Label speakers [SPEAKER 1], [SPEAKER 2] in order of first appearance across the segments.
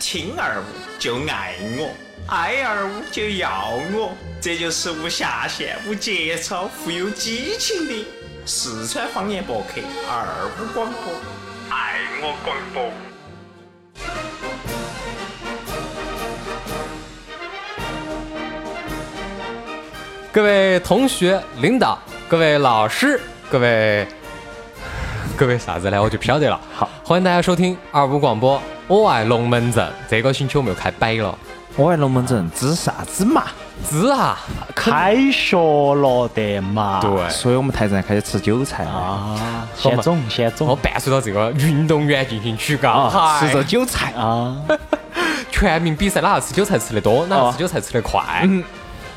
[SPEAKER 1] 听二五就爱我，爱二五就要我，这就是无下限、无节操、富有激情的四川方言博客二五广播，爱我广播。
[SPEAKER 2] 各位同学、领导、各位老师、各位各位啥子呢？我就不晓得了。
[SPEAKER 3] 好，
[SPEAKER 2] 欢迎大家收听二五广播，我爱龙门阵。这个星期我们又开摆了，
[SPEAKER 3] 我爱龙门阵指啥子嘛？
[SPEAKER 2] 子啊，
[SPEAKER 3] 开学了的嘛。
[SPEAKER 2] 对
[SPEAKER 3] 啊所以我们台长开始吃韭菜了。
[SPEAKER 2] 啊，好
[SPEAKER 3] 先
[SPEAKER 2] 嘛，
[SPEAKER 3] 种，先
[SPEAKER 2] 我
[SPEAKER 3] 种
[SPEAKER 2] 伴随着这个运动员进行举高，
[SPEAKER 3] 啊！
[SPEAKER 2] 嗨
[SPEAKER 3] 吃着韭菜啊！
[SPEAKER 2] 全民比赛，哪个吃韭菜吃得多，哪个吃韭菜吃得快？嗯，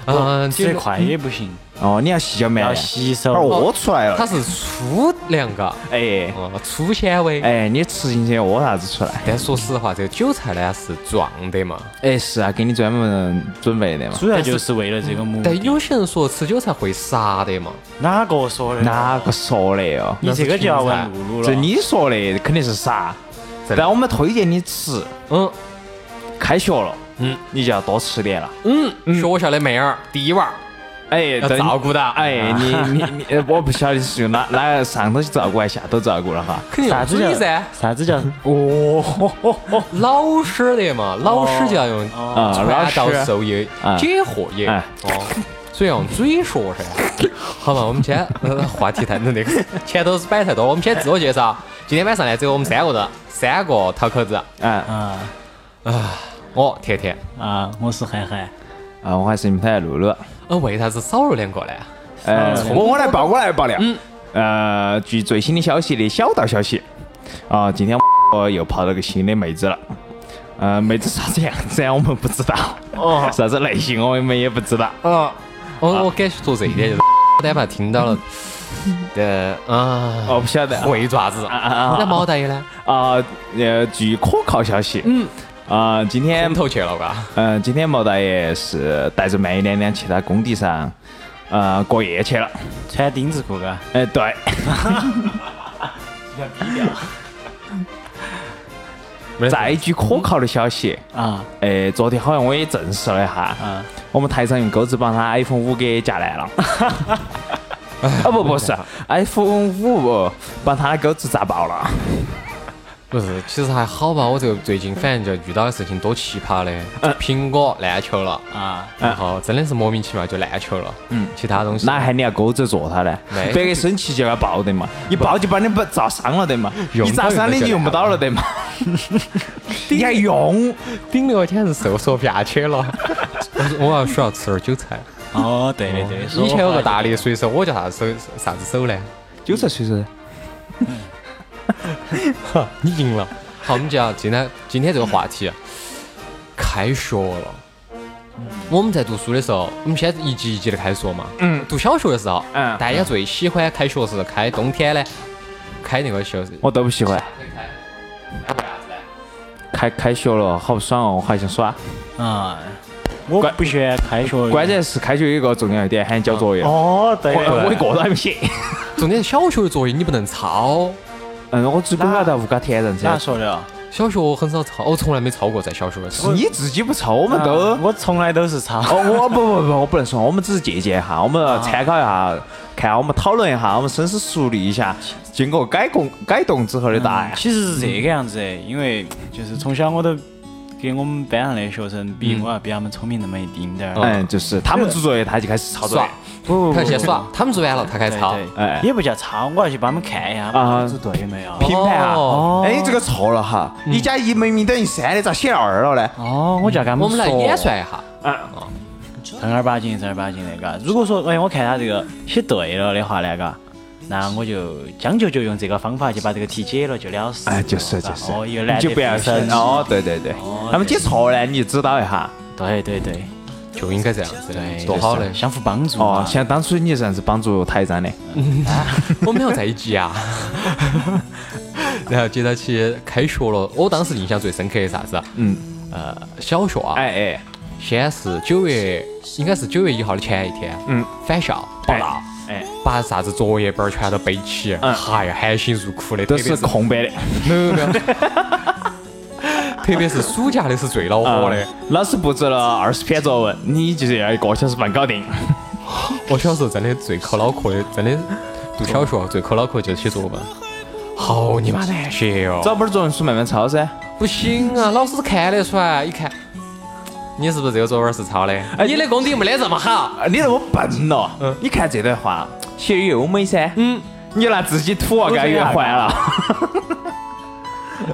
[SPEAKER 2] 嗯，
[SPEAKER 3] 吃得快也不行，
[SPEAKER 4] 哦，你要细嚼慢
[SPEAKER 3] 要
[SPEAKER 4] 咽，
[SPEAKER 3] 吸收
[SPEAKER 4] 把。窝出来
[SPEAKER 2] 它
[SPEAKER 4] 了。
[SPEAKER 2] 是粗粮嘎，
[SPEAKER 4] 哎
[SPEAKER 2] 哦，粗纤维。
[SPEAKER 4] 哎，你吃进去窝啥子出来？
[SPEAKER 2] 但说实话，这个韭菜呢是壮的嘛，
[SPEAKER 4] 哎，是啊，给你专门准备的嘛。
[SPEAKER 3] 主要就是为了这个目
[SPEAKER 2] 但
[SPEAKER 3] 的。
[SPEAKER 2] 有些人说吃韭菜会杀的嘛，
[SPEAKER 3] 哪个说的？哦
[SPEAKER 4] 哪个说的哟？
[SPEAKER 3] 你这个就要问露露了。
[SPEAKER 4] 这你说的肯定是傻。
[SPEAKER 2] 真的
[SPEAKER 4] 但我们推荐你吃，
[SPEAKER 2] 嗯
[SPEAKER 4] 开学了，
[SPEAKER 2] 嗯，
[SPEAKER 4] 你就要多吃点了。
[SPEAKER 2] 嗯，学校的妹儿、弟娃儿
[SPEAKER 4] 哎，
[SPEAKER 2] 要
[SPEAKER 4] 等
[SPEAKER 2] 照顾到，
[SPEAKER 4] 哎，你你你，呃我不晓得是用哪 哪个上头去照顾，还是下头照顾 了哈。
[SPEAKER 2] 肯定
[SPEAKER 3] 啥
[SPEAKER 2] 要
[SPEAKER 3] 子
[SPEAKER 2] 注意
[SPEAKER 3] 叫
[SPEAKER 2] 噻。
[SPEAKER 3] 啥子 叫
[SPEAKER 4] 哦，
[SPEAKER 2] 老师的嘛，老师就要用
[SPEAKER 4] 啊
[SPEAKER 2] 传
[SPEAKER 4] 老
[SPEAKER 2] 道
[SPEAKER 4] 师
[SPEAKER 2] 授业、
[SPEAKER 4] 啊
[SPEAKER 2] 解惑也，
[SPEAKER 4] 哎
[SPEAKER 2] 哦，所以要用嘴说噻。好嘛，我们先呃话题谈到那个， 前头是摆太多，我们先自我介绍。今天晚上呢，只有我们三个人，三个讨口子，哦
[SPEAKER 4] 啊
[SPEAKER 3] 啊
[SPEAKER 2] 我甜甜。
[SPEAKER 3] 啊！我是涵涵。
[SPEAKER 4] 啊，我还是你 们台的露露。
[SPEAKER 2] 呃，为啥子少了两个呢？
[SPEAKER 4] 呃，
[SPEAKER 3] 嗯
[SPEAKER 4] 我我来爆，我来爆料。
[SPEAKER 2] 嗯
[SPEAKER 4] 呃，据最新的消息的小道消息，啊、今天我又泡了个新的妹子了。呃，妹子啥子样子啊？我们不知道。哦。 啥子类型我们也不知道。
[SPEAKER 2] 啊，我我敢说这一点就是，哪怕听到了，呃啊，
[SPEAKER 4] 我不晓得。
[SPEAKER 2] 会爪子。
[SPEAKER 4] 啊啊
[SPEAKER 2] 那毛大爷呢？
[SPEAKER 4] 啊！呃，据可靠消息，
[SPEAKER 2] 嗯，
[SPEAKER 4] 啊、今天
[SPEAKER 2] 点，头去了嘎。
[SPEAKER 4] 嗯、今天毛大爷是带着麦娘娘去他工地上，呃，过夜去了。
[SPEAKER 3] 穿丁字裤嘎，
[SPEAKER 4] 哎、对，再据可靠的消息，
[SPEAKER 3] 啊
[SPEAKER 4] 哎，昨天好像我也证实了一下，
[SPEAKER 3] 啊
[SPEAKER 4] 我们台长用钩子把他 iPhone 五给夹烂了。啊不不是，iPhone 五把他的钩子砸爆了。
[SPEAKER 2] 不是，其实还好吧。我这个最近反正就遇到的事情多奇葩的，苹果烂球了，
[SPEAKER 3] 啊！
[SPEAKER 2] 然后真的是莫名其妙就烂球了。嗯，其他东西
[SPEAKER 4] 哪还你要钩子坐他呢
[SPEAKER 2] 没？
[SPEAKER 4] 别个生气就要爆的嘛，一爆就把你不砸伤了的嘛，
[SPEAKER 2] 用
[SPEAKER 4] 一砸伤你就用不到了的嘛。你还 用？
[SPEAKER 2] 顶了，我简直是受不下去了。我我要需要吃点韭菜。
[SPEAKER 3] 哦，对的对的。说
[SPEAKER 2] 以前有个
[SPEAKER 3] 话
[SPEAKER 2] 大力水手，我叫啥手啥子手呢？
[SPEAKER 4] 韭菜水手，
[SPEAKER 2] 你赢了。好，我们讲今天今天这个话题，开学了。我们在读书的时候，我们先一级一级的开始说嘛。嗯。读小学的时候，
[SPEAKER 4] 嗯
[SPEAKER 2] 大家最喜欢开学是开冬天呢，开那个就是
[SPEAKER 4] 我都不喜欢。
[SPEAKER 2] 开啥子呢？
[SPEAKER 4] 开开学了，好不爽哦，我还想耍。
[SPEAKER 3] 啊，我
[SPEAKER 4] 关
[SPEAKER 3] 不喜欢开学。
[SPEAKER 4] 关键是开学有一个重要一点，喊你交作业，我
[SPEAKER 3] 哦，对的
[SPEAKER 4] 我一个都还没写。
[SPEAKER 2] 重点是小学的作业你不能抄，
[SPEAKER 4] 嗯，我只管到吴家田人
[SPEAKER 3] 哪
[SPEAKER 4] 噻。
[SPEAKER 3] 说的啊？
[SPEAKER 2] 小学很少抄，我从来没抄过在小学的时
[SPEAKER 4] 是
[SPEAKER 2] 候。
[SPEAKER 4] 你自己不抄，我们都。
[SPEAKER 3] 啊我从来都是抄。
[SPEAKER 4] 哦，我不不不，我不能说，我们只是借鉴一下，我们要参考一下，看我们讨论一下，我们深思熟虑一下，经过改动改动之后的答案。
[SPEAKER 3] 嗯其实是这个样子的，因为就是从小我都给我们班上的学生比，我要比他们聪明那么一丁点儿。
[SPEAKER 4] 嗯，就是他们做作业，他就开始抄作
[SPEAKER 2] 耍
[SPEAKER 4] 业。，
[SPEAKER 3] 不
[SPEAKER 2] 他先耍，他们做完了他开
[SPEAKER 3] 对
[SPEAKER 2] 始抄。
[SPEAKER 3] 对
[SPEAKER 4] 哎
[SPEAKER 3] 也不叫抄，我要去帮他们看一下，
[SPEAKER 4] 啊
[SPEAKER 3] 做对没有？
[SPEAKER 4] 拼盘啊
[SPEAKER 2] 哦！
[SPEAKER 4] 哎，你这个错了哈，一加一明明等于三的，咋写了二了呢？
[SPEAKER 3] 哦，我就要跟他
[SPEAKER 2] 我
[SPEAKER 3] 们
[SPEAKER 2] 们
[SPEAKER 3] 说
[SPEAKER 2] 来演算一下，
[SPEAKER 3] 正儿八经，正儿八经的，嘎。如果说，哎，我看他这个写对了的话呢，嘎，那我就将就就用这个方法就把这个题解了就了事。
[SPEAKER 4] 哎，就是就是，
[SPEAKER 3] 哦，又
[SPEAKER 4] 你
[SPEAKER 3] 难
[SPEAKER 4] 就
[SPEAKER 3] 得
[SPEAKER 4] 不要
[SPEAKER 3] 平
[SPEAKER 4] 写
[SPEAKER 3] 生。
[SPEAKER 4] 哦，对对对
[SPEAKER 3] 哦，
[SPEAKER 4] 他们解错了，你就指导一下。
[SPEAKER 3] 对对对
[SPEAKER 2] 就应该这样子的，
[SPEAKER 3] 对，
[SPEAKER 2] 多好
[SPEAKER 3] 嘞，
[SPEAKER 2] 嘞！
[SPEAKER 3] 相互帮助
[SPEAKER 4] 哦
[SPEAKER 3] 嘛，。
[SPEAKER 4] 像当初你这样子帮助台长的，
[SPEAKER 2] 我们要在一起啊。 然后接到起开学了，我当时印象最深刻的啥子啊？
[SPEAKER 4] 嗯，
[SPEAKER 2] 呃，小学啊，
[SPEAKER 4] 哎哎
[SPEAKER 2] 先是九月，应该是九月一号的前一天，
[SPEAKER 4] 嗯，
[SPEAKER 2] 返校报到，
[SPEAKER 4] 哎，
[SPEAKER 2] 把啥子作业本儿全都背起，哎呀，含辛茹苦的，特
[SPEAKER 4] 都
[SPEAKER 2] 别
[SPEAKER 4] 是
[SPEAKER 2] 是
[SPEAKER 4] 空白的。
[SPEAKER 2] 没有没有，特 特别是暑假的是最恼
[SPEAKER 4] 哦
[SPEAKER 2] 火的。
[SPEAKER 4] 老师布置了二十篇作文，你就是要一个小时半搞定。
[SPEAKER 2] 我小时候真的最考脑壳的，真的读小学最考脑壳就是写作文，好你妈难写哟！
[SPEAKER 4] 找本儿作文书慢慢抄噻。
[SPEAKER 2] 不行啊，老师看得出来，一看你是不是这个作文是抄的？你的功底没得这么好。
[SPEAKER 4] 啊，你那么笨咯！嗯你看这段话写的优美噻，嗯，你就拿自己土啊，该圆环了。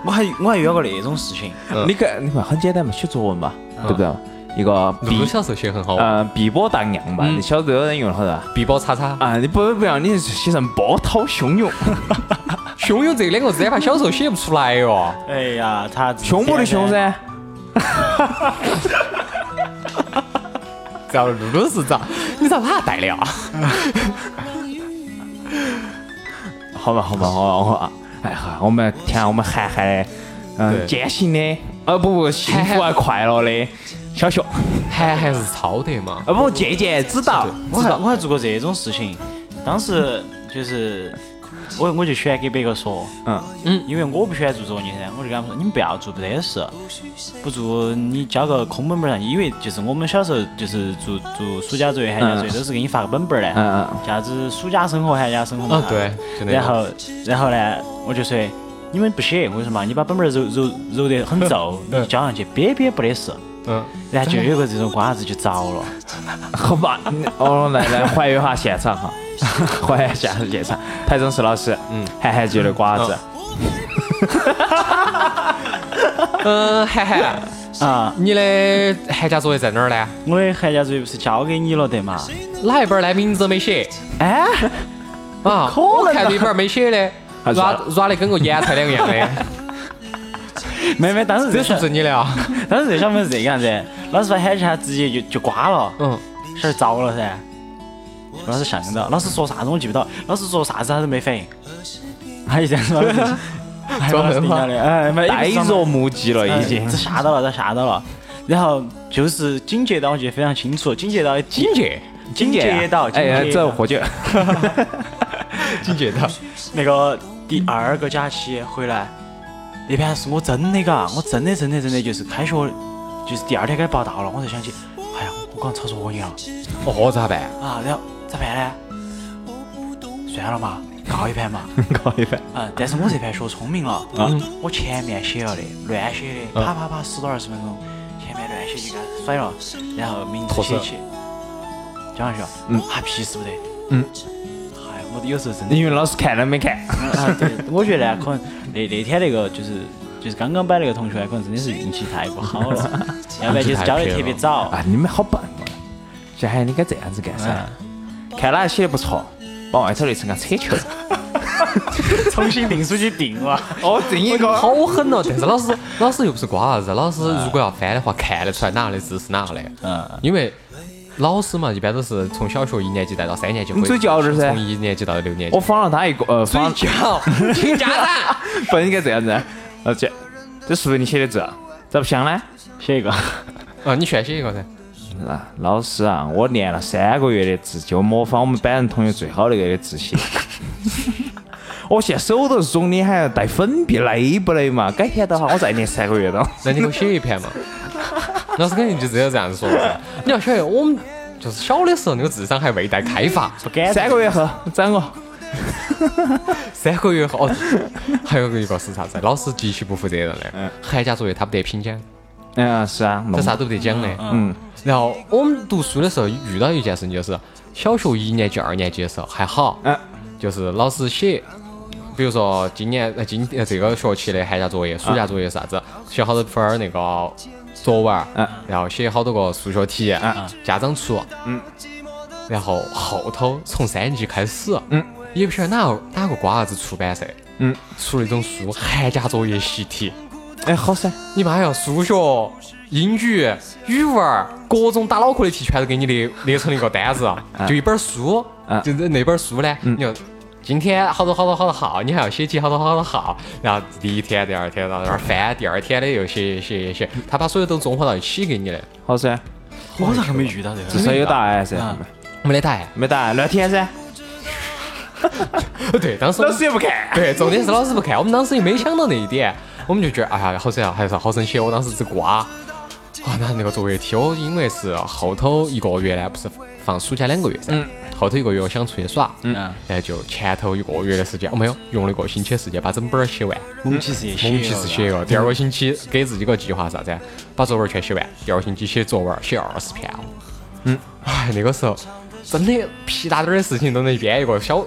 [SPEAKER 3] 我还我还遇到过那种事情，
[SPEAKER 4] 你看你看很简单嘛，写作文嘛，对不对？一个
[SPEAKER 2] 露露
[SPEAKER 4] 笔，
[SPEAKER 2] 小时候写很好，
[SPEAKER 4] 呃，笔波荡漾嘛，
[SPEAKER 2] 嗯
[SPEAKER 4] 你晓得有人用了好多。
[SPEAKER 2] 笔包叉叉，
[SPEAKER 4] 啊，你不不要，你写成波涛汹涌，
[SPEAKER 2] 汹涌这两个字，哪怕小时候写不出来哟。
[SPEAKER 3] 哎呀，他
[SPEAKER 4] 凶我的凶，噻。
[SPEAKER 2] 咋露露是咋？你咋哪带的啊？
[SPEAKER 4] 好吧，好吧，好吧，好吧。哎呀，我们听我们韩寒的，嗯，
[SPEAKER 2] 对
[SPEAKER 4] 艰辛的，啊不不，幸福啊快乐的小学，
[SPEAKER 2] 韩寒是抄得嘛？
[SPEAKER 4] 啊不，渐渐知道，
[SPEAKER 3] 我还我还做过这种事情，当时就是我我就喜欢给别个说，
[SPEAKER 4] 嗯
[SPEAKER 2] 嗯
[SPEAKER 3] 因为我不喜欢做作业噻，我就跟他们说，你们不要做不得事，不做你交个空本本儿上，因为就是我们小时候就是做做暑假作业、寒假
[SPEAKER 2] 嗯
[SPEAKER 3] 作业都是给你发个本本儿的，
[SPEAKER 4] 嗯嗯
[SPEAKER 3] 啥子暑假生活、寒假生活嘛
[SPEAKER 2] 啊，，对，就那
[SPEAKER 3] 然
[SPEAKER 2] 个。
[SPEAKER 3] 后然后呢，我就说你们不写，为什么？你把本本儿揉揉揉得很 皱，你交上去憋憋不得事，
[SPEAKER 2] 嗯，
[SPEAKER 3] 然后就有个这种瓜子就着了。
[SPEAKER 4] 好吧，嗯哦，来来还原下现场哈，还原下现场。台中市老师，嗯，韩寒觉的瓜子，
[SPEAKER 2] 嗯，涵涵，
[SPEAKER 3] 啊、
[SPEAKER 2] 你的寒假作业在哪儿呢？
[SPEAKER 3] 我的寒假作业不是交给你了得嘛？
[SPEAKER 2] 哪一本儿呢？名字没写
[SPEAKER 3] 哎，
[SPEAKER 2] 啊？
[SPEAKER 3] 可能啊
[SPEAKER 2] 我看一本儿没写的，
[SPEAKER 4] 还是
[SPEAKER 2] 软软的跟个盐菜两个样 的，
[SPEAKER 3] 没没，当时
[SPEAKER 2] 这
[SPEAKER 3] 这
[SPEAKER 2] 是不
[SPEAKER 3] 小
[SPEAKER 2] 是你的啊？
[SPEAKER 3] 当时这小朋友是这个样子，老师把喊起他直接就就瓜了，
[SPEAKER 2] 嗯，
[SPEAKER 3] 小孩着了噻。老师吓到，老师说啥子我记不到，老师说啥子他都没反应，哎他就这样子，还把老师
[SPEAKER 2] 装
[SPEAKER 3] 盯到
[SPEAKER 2] 疯
[SPEAKER 3] 的，哎，没
[SPEAKER 4] 呆若木鸡了已
[SPEAKER 3] 哎
[SPEAKER 4] 经
[SPEAKER 3] 这。吓到了，这吓到了。然后就是警戒到，我记得非常清楚，警戒到警
[SPEAKER 2] 警戒，
[SPEAKER 3] 警
[SPEAKER 2] 啊
[SPEAKER 3] 戒到，警
[SPEAKER 4] 哎，
[SPEAKER 3] 戒
[SPEAKER 4] 走
[SPEAKER 3] 到
[SPEAKER 4] 喝酒。
[SPEAKER 2] 警戒到。
[SPEAKER 3] 那个第二个假期回来，那边是我真的嘎，我真的真的真的就是开学，就是第二天该报到了，我才想起，哎呀，我刚抄作业了
[SPEAKER 2] 哦，咋办？
[SPEAKER 3] 啊，然后咋办呢？算了嘛，告一盘嘛。
[SPEAKER 4] 搞一番，
[SPEAKER 3] 嗯，但是我这盘学聪明了，啊，我前面写了的，乱写的，啪啪啪，十多二十分钟，前面乱写就给它甩了，然后名字写起，讲一下，嗯，还屁事不得，嗯，哎，我有时候真的。
[SPEAKER 4] 因为老师看都没看。
[SPEAKER 3] 啊，对，我觉得呢，可能那那天那个就是就是刚刚摆那个同学呢，可能真的是运气太不好 了，要不然就是教的特别早。
[SPEAKER 4] 啊，你们好笨嘛！小孩你应该这样子干噻，看哪个写的不错，把外头那层给扯去了。
[SPEAKER 3] 重新订书机订 了，
[SPEAKER 4] 哦，定一个。
[SPEAKER 2] 好狠哦！但是老师，老师又不是瓜啥子，老师如果要翻的话，看得出来哪个的字是哪个的。
[SPEAKER 3] 嗯，
[SPEAKER 2] 因为老师嘛，一般都是从小学一年级带到三年级，
[SPEAKER 3] 嗯
[SPEAKER 4] 你
[SPEAKER 2] 或
[SPEAKER 4] 嘴
[SPEAKER 2] 者
[SPEAKER 4] 角儿噻
[SPEAKER 2] 从一年级到六年级
[SPEAKER 4] 我。仿了他一个，呃，
[SPEAKER 2] 嘴
[SPEAKER 4] 仿
[SPEAKER 2] 角，请家 长。
[SPEAKER 4] 不应该这样子。老姐，这是不是你写的字？啊？咋不像呢？
[SPEAKER 3] 写一 个，
[SPEAKER 2] 啊，你选写一个噻。
[SPEAKER 4] 啊，老师啊，我练了三个月的字，就模仿我们班上同学最好那个的字写。 我现在手都是肿的，还要带粉笔，累不累嘛？改天的 话，我再练三个月的。
[SPEAKER 2] 那你给我写一篇嘛。老师肯定就只有这样说了噻。你要晓得，我们就是小的时候那个智商还未待开发，
[SPEAKER 3] 不敢
[SPEAKER 4] 三个月后长个，
[SPEAKER 2] 三个月后，哦，还有一个是啥子？老师极其不负责任的，寒假作业他不得评奖，
[SPEAKER 4] 嗯，是啊，
[SPEAKER 2] 他
[SPEAKER 4] 弄
[SPEAKER 2] 啥都不得讲的。嗯。然后我们读书的时候遇到一件事情，就是小学一年级、二年级的时候还好，
[SPEAKER 4] 嗯
[SPEAKER 2] 就是老师写，比如说今年、呃今呃这个学期的寒假作业、暑假作业是啥子，写好多篇儿那个作文儿，
[SPEAKER 4] 嗯
[SPEAKER 2] 然后写好多个数学题，
[SPEAKER 4] 嗯
[SPEAKER 2] 家长出，
[SPEAKER 4] 嗯，
[SPEAKER 2] 然后后头从三年级开始，
[SPEAKER 4] 嗯，
[SPEAKER 2] 也不晓得哪个哪个瓜伢子出版社，
[SPEAKER 4] 嗯，
[SPEAKER 2] 出了一种书，寒假作业习题，
[SPEAKER 4] 哎，好噻。
[SPEAKER 2] 你妈呀，数学、英语、语文儿，各种打脑壳的题全都给你列列成了一个单子，
[SPEAKER 3] 啊
[SPEAKER 2] 就一本书
[SPEAKER 4] 嗯，
[SPEAKER 2] 就是那本书呢，
[SPEAKER 3] 嗯
[SPEAKER 2] 你就今天好多好多好多号，你还要写几好多好多号，然后第一天、第二天到那儿翻，第二天的又写写写写，他把所有都综合到一起给你的，
[SPEAKER 4] 好噻，
[SPEAKER 3] 我咋个没遇到这
[SPEAKER 4] 至
[SPEAKER 3] 个？
[SPEAKER 4] 少有答案噻，
[SPEAKER 3] 嗯
[SPEAKER 2] 没得答 案。
[SPEAKER 4] 没答案乱填噻。
[SPEAKER 2] 对，当时我们
[SPEAKER 4] 也不看，
[SPEAKER 2] 对，重点是老师不看，我们当时也没想到那一点。我们就觉得哎呀，好噻，还是好生气。我当时只瓜啊，那那个作为 T，我因为是后头一个月呢，不是放暑假两个月噻，后头一个月我想出去耍，
[SPEAKER 3] 嗯，
[SPEAKER 2] 然后就前头一个月的时间，我哦没有用了一个星期的时间把整本儿写完，嗯
[SPEAKER 3] 猛起是也
[SPEAKER 2] 我
[SPEAKER 3] 写了嗯
[SPEAKER 2] 们其实写了，第二个星期给自己个计划啥子啊？把作文全写完，第二个星期写作文，写二十篇哦。嗯，哎，那个时候真的屁大点儿的事情都能编一个小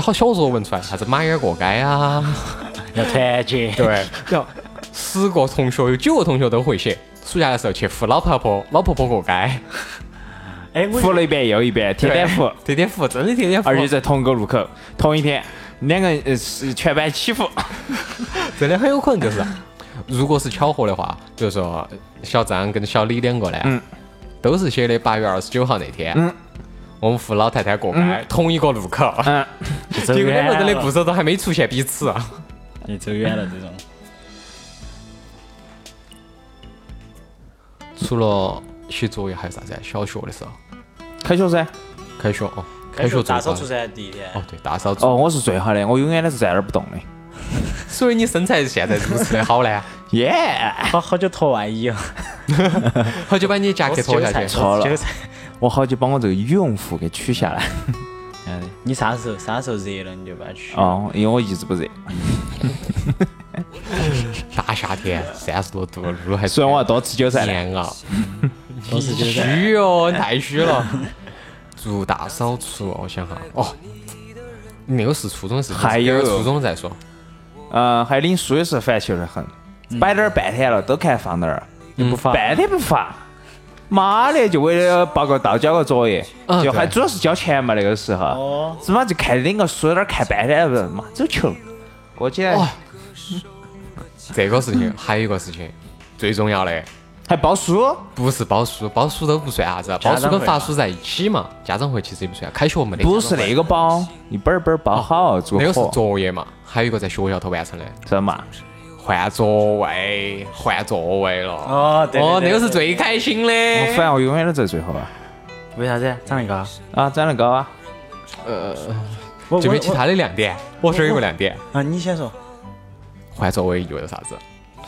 [SPEAKER 2] 好小作文出来，啥子马眼过街啊，
[SPEAKER 3] 要团结，
[SPEAKER 2] 对，然后十个同学有九个同学都会写。暑假的时候去扶老婆婆，老婆婆过街，
[SPEAKER 3] 哎，我
[SPEAKER 4] 扶了一遍又一遍，天天 扶，
[SPEAKER 2] 天天扶，真的天天扶，
[SPEAKER 4] 而且在同一个路口，同一天，两个人呃是全班起伏。
[SPEAKER 2] 真的很有可能就是，如果是巧合的话，比如说小张跟小李两个呢，
[SPEAKER 3] 嗯
[SPEAKER 2] 都是写的八月二十九号那天，我们扶老太太过街，同一个路 口，
[SPEAKER 3] 啊
[SPEAKER 4] 嗯，
[SPEAKER 3] 就走
[SPEAKER 2] 结果
[SPEAKER 3] 远
[SPEAKER 2] 两个
[SPEAKER 3] 了，
[SPEAKER 2] 人的故事都还没出现彼此啊。
[SPEAKER 3] 就走远了这种。
[SPEAKER 2] 除了写作业还有啥子啊？小学的时候，
[SPEAKER 4] 开学噻。
[SPEAKER 2] 开学哦，开学
[SPEAKER 3] 大
[SPEAKER 2] 做
[SPEAKER 3] 扫
[SPEAKER 2] 啥
[SPEAKER 3] 除噻，第一天。
[SPEAKER 2] 哦，对，大扫除。
[SPEAKER 4] 哦，我是最好的，我永远都是在那儿不动的。
[SPEAKER 2] 所以你身材现在如此的好呢，
[SPEAKER 4] 耶、
[SPEAKER 3] 好好久脱外衣哦，
[SPEAKER 2] 好久把你夹
[SPEAKER 3] 我
[SPEAKER 2] 克
[SPEAKER 3] 是
[SPEAKER 2] 脱
[SPEAKER 3] 韭
[SPEAKER 2] 下
[SPEAKER 3] 菜，
[SPEAKER 2] 去。
[SPEAKER 4] 错
[SPEAKER 3] 我
[SPEAKER 4] 了
[SPEAKER 3] 是韭菜。
[SPEAKER 4] 我好久把我这个羽绒服给取下来。
[SPEAKER 3] 你啥时候啥时候热了你就把它取。
[SPEAKER 4] 哦，因为我一直不热，
[SPEAKER 2] 大夏天三十多度，露露还
[SPEAKER 4] 所以我要多吃韭菜呢。
[SPEAKER 2] 难啊！ 虚哦，太虚了。做大扫除，我想哈，哦，那个是初中的事情，
[SPEAKER 4] 还有
[SPEAKER 2] 初中再说。
[SPEAKER 4] 嗯，还有领书的时候烦球的很，摆那儿半天了，都看放那儿，
[SPEAKER 2] 嗯，
[SPEAKER 4] 半天不发。妈的，就为了报个到交个作业
[SPEAKER 2] 啊，
[SPEAKER 4] 就还
[SPEAKER 2] 对
[SPEAKER 4] 主要是交钱嘛那个时候，
[SPEAKER 3] 哦，
[SPEAKER 4] 他妈就看领个书在那儿看半天，了，妈走球，过去
[SPEAKER 2] 哦，这个事 情还有一个事情最重要的，
[SPEAKER 4] 还包书，
[SPEAKER 2] 不是包书，包书都不算啥子，包
[SPEAKER 3] 家长
[SPEAKER 2] 书跟
[SPEAKER 3] 会
[SPEAKER 2] 发
[SPEAKER 3] 嘛
[SPEAKER 2] 书在一起嘛，家长会其实也不算，开学没得。
[SPEAKER 4] 不是那
[SPEAKER 2] 个，
[SPEAKER 4] 个包，一本儿本儿包好，做
[SPEAKER 2] 那个哦是
[SPEAKER 4] 好，
[SPEAKER 2] 作业嘛，还有一个在学校头完成的，
[SPEAKER 4] 知道嘛？
[SPEAKER 2] 换座位，换座位了。
[SPEAKER 3] 哦对对
[SPEAKER 2] 哦，
[SPEAKER 3] 对
[SPEAKER 2] 那个是
[SPEAKER 3] 对
[SPEAKER 2] 最开心的。
[SPEAKER 4] 我反正我永远都在最后啊。
[SPEAKER 3] 为啥子？长得高？
[SPEAKER 4] 啊，长得高啊，
[SPEAKER 3] 我
[SPEAKER 2] 就
[SPEAKER 3] 我
[SPEAKER 2] 没其他的亮点，我这儿有个亮点。
[SPEAKER 3] 啊，你先说。
[SPEAKER 2] 换座位意味着啥子？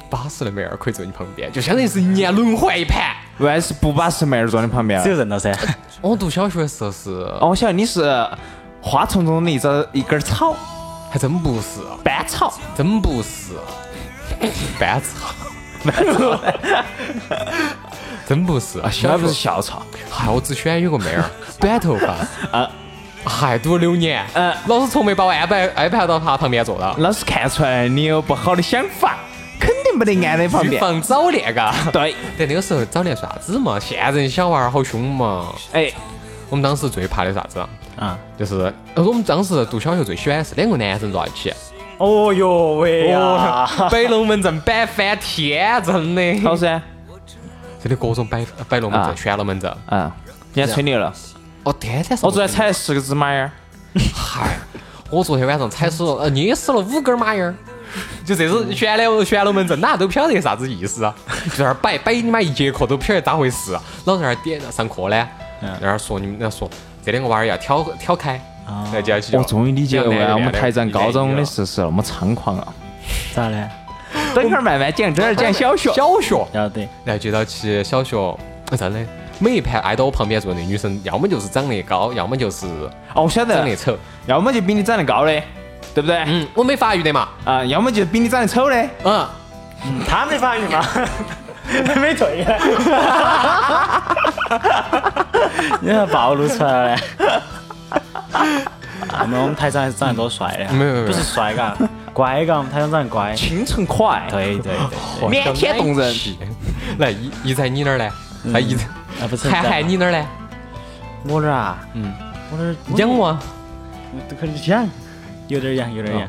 [SPEAKER 2] 巴适的妹儿可以坐你旁边，就相当于是一年轮换一盘。
[SPEAKER 4] 万是不把石妹儿坐你旁边
[SPEAKER 3] 只
[SPEAKER 4] 了。
[SPEAKER 3] 有人 了噻，
[SPEAKER 2] 我读小学的时候是，
[SPEAKER 4] 哦，我晓得你是花丛中的一只一根草，
[SPEAKER 2] 还真不是，啊
[SPEAKER 4] 斑草。
[SPEAKER 2] 真不是，啊 班 草， 真不是啊！
[SPEAKER 4] 那
[SPEAKER 2] 小
[SPEAKER 4] 不是
[SPEAKER 2] 学，
[SPEAKER 4] 校草，
[SPEAKER 2] 嗨，我只选有个妹儿，短头发，还读了六年，老师从没把我安排安排到她旁边坐到，
[SPEAKER 4] 老师看出来你有不好的想法，肯定不得安在旁
[SPEAKER 2] 预
[SPEAKER 4] 边。
[SPEAKER 2] 防早恋嘎。
[SPEAKER 4] 对，
[SPEAKER 2] 但那个时候早恋算啥子嘛？现在小娃儿好凶嘛！
[SPEAKER 4] 哎，
[SPEAKER 2] 我们当时最怕的啥子啊？
[SPEAKER 3] 啊，
[SPEAKER 2] 就是呃我们当时读小学最喜欢的是两个男生坐在一起，
[SPEAKER 3] 哦哟
[SPEAKER 4] 哎
[SPEAKER 3] 喂呀，
[SPEAKER 2] 哦，摆龙门阵摆翻天，真的，
[SPEAKER 4] 好噻，
[SPEAKER 2] 真的各种摆摆龙门
[SPEAKER 4] 啊
[SPEAKER 2] 阵，旋龙门阵，
[SPEAKER 4] 嗯，你还吹牛了？
[SPEAKER 2] 哦，天天
[SPEAKER 4] 我昨天踩了十个芝麻眼儿，
[SPEAKER 2] 嗨，我昨天晚上踩死了，呃，捏死了五根马眼儿。就这种旋龙旋龙门阵，哪都不晓得啥子意思啊！ 就在那儿摆摆你妈一节课都不晓得咋回事、啊，老在那儿点上课呢，
[SPEAKER 4] 嗯
[SPEAKER 2] 在那儿说你们在那儿说这两个娃儿要挑挑开，来就要去
[SPEAKER 4] 啊我终于理解
[SPEAKER 2] 两
[SPEAKER 4] 为啊
[SPEAKER 2] 个
[SPEAKER 4] 我们
[SPEAKER 2] 两个
[SPEAKER 4] 台长高中
[SPEAKER 2] 一
[SPEAKER 4] 的
[SPEAKER 2] 个
[SPEAKER 4] 时是那么猖狂啊！
[SPEAKER 3] 咋的？
[SPEAKER 4] 等会儿慢慢讲，等会儿讲小学。
[SPEAKER 2] 小学，
[SPEAKER 3] 要得，
[SPEAKER 2] 然后就到去小学，哎真的，每一排挨到我旁边坐的女生，要么就是长得高，要么就是
[SPEAKER 4] 哦，我晓
[SPEAKER 2] 长
[SPEAKER 4] 得
[SPEAKER 2] 得，丑。
[SPEAKER 4] 要么就比你长得高的，对不对？
[SPEAKER 2] 嗯，我没发育的嘛。
[SPEAKER 4] 啊，要么就比你长得丑的。
[SPEAKER 2] 嗯，
[SPEAKER 3] 他没发育吗？没退呢，你还暴露出 来了。我们我们台长还是长得多帅的，啊
[SPEAKER 2] 没有没有没有
[SPEAKER 3] 不是帅嘎，乖嘎，我们台长长得乖。
[SPEAKER 4] 青春可爱，
[SPEAKER 3] 对对对对，
[SPEAKER 4] 腼腆动人。 嗯
[SPEAKER 2] 来，一一在你那儿呢？啊，一
[SPEAKER 3] 啊不是
[SPEAKER 2] 涵涵你那儿呢？
[SPEAKER 3] 我这儿啊，嗯，我这儿我
[SPEAKER 2] 养吗？
[SPEAKER 3] 都可能像，有点像，有点像。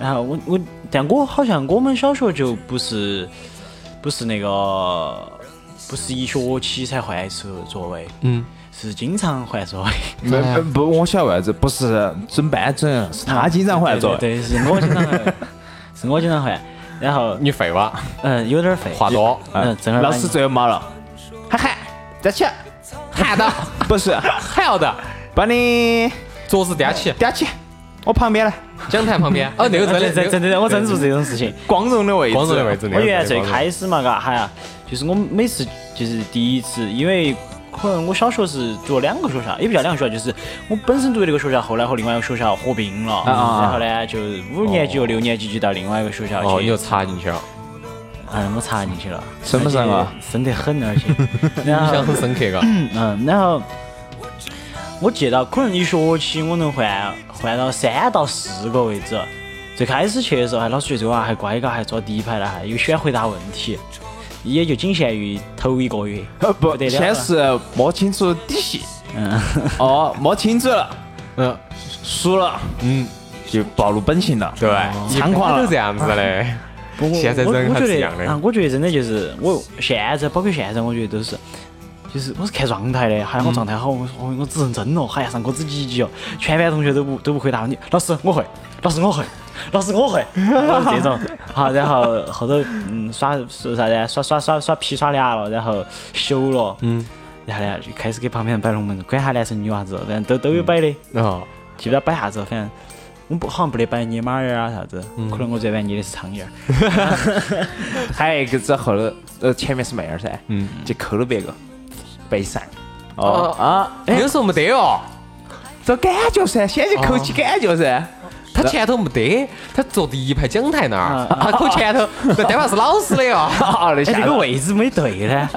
[SPEAKER 3] 然后我我，但我好像我们小学就不是不是那个不是一学期才换一次座位，
[SPEAKER 2] 嗯，
[SPEAKER 3] 是经常换 座位。
[SPEAKER 4] 没没呃不，我晓得为啥子，不是准班主任，是他经常换座位。
[SPEAKER 3] 对，对对是我经常换，是我经常换。然后
[SPEAKER 2] 你废话，
[SPEAKER 3] 嗯，有点废，
[SPEAKER 2] 话多，
[SPEAKER 4] 嗯
[SPEAKER 3] 嗯，正儿八
[SPEAKER 4] 老
[SPEAKER 3] 经
[SPEAKER 4] 师最后毛了，涵涵，站起来，
[SPEAKER 2] 喊的，
[SPEAKER 4] 不是，
[SPEAKER 2] 喊的，
[SPEAKER 4] 把你
[SPEAKER 2] 桌子颠起，
[SPEAKER 4] 叼起，我旁边来，
[SPEAKER 2] 讲台旁边。 哦，那个真的
[SPEAKER 3] 真真真的，我真做这种事情。
[SPEAKER 4] 光荣的位置，
[SPEAKER 2] 光荣的位置。
[SPEAKER 3] 我原来最开始嘛，嘎，哈，就是我每次就是第一次，因为可能我小学是读了两个学校，也不叫两个学校，就是我本身读的那个学校，后来和另外一个学校合并了，
[SPEAKER 4] 啊
[SPEAKER 3] 然后呢，就五年级和六年级就到另外一个学校
[SPEAKER 2] 哦，你
[SPEAKER 3] 去
[SPEAKER 2] 又，插进去 了，
[SPEAKER 3] 嗯，我插进去了，哎
[SPEAKER 4] 深不深啊？
[SPEAKER 3] 深得很，而且， 然
[SPEAKER 2] 印
[SPEAKER 3] 后
[SPEAKER 2] 象很深刻，嘎。
[SPEAKER 3] 嗯，然后我记到可能一学期我能换换到三到四个位置。最开始去的时候，还老师觉得这个娃还乖嘎，还坐第一排了，还有喜欢回答问题，也就仅限于头一个月。
[SPEAKER 4] 呃 不
[SPEAKER 3] 不得，了啊
[SPEAKER 4] 先是摸清楚底细，
[SPEAKER 3] 嗯，
[SPEAKER 4] 哦，摸清楚了，
[SPEAKER 2] 嗯
[SPEAKER 4] 输了
[SPEAKER 2] 嗯，
[SPEAKER 4] 就暴露本性了。
[SPEAKER 2] 对，哎一般
[SPEAKER 4] 猖狂了
[SPEAKER 2] 都这样子的。
[SPEAKER 3] 不过
[SPEAKER 2] 现在
[SPEAKER 3] 我
[SPEAKER 2] 人
[SPEAKER 3] 我
[SPEAKER 2] 还
[SPEAKER 3] 觉
[SPEAKER 2] 是
[SPEAKER 3] 得
[SPEAKER 2] 一样的
[SPEAKER 3] 啊，我觉得真的就是我现在，包括现在，我觉得都是。就是我是看状态的，
[SPEAKER 2] 嗯
[SPEAKER 3] 喊我状态好，我说我只认真了，哎呀上课只积极哦，全班同学都不都不回答问题，老师我会，老师我会，老 师我会，我是这种。好，然后后头嗯耍是啥子？耍耍耍耍皮耍凉了，然后休了，嗯，然后呢就开始给旁边人摆龙门阵，管他男生女娃子，反正都都有摆的。
[SPEAKER 2] 哦，
[SPEAKER 3] 记不到摆啥子，反正我们不好像不得摆捏马儿啊啥子，
[SPEAKER 2] 嗯
[SPEAKER 3] 可能我最晚捏的是苍蝇儿。
[SPEAKER 4] 还有一个在后头，呃，前面是妹儿噻，嗯，就抠了别个背上，哦啊，
[SPEAKER 2] 那个时候没得哦，
[SPEAKER 4] 找感觉噻，先去抠起感觉噻，
[SPEAKER 2] 他前头没得，他坐第一排讲台那儿，啊他口前头，那单怕是老师的哦 哟。
[SPEAKER 4] 啊，那
[SPEAKER 3] 哎，这
[SPEAKER 4] 下
[SPEAKER 3] 个
[SPEAKER 4] 头
[SPEAKER 3] 位置没对呢，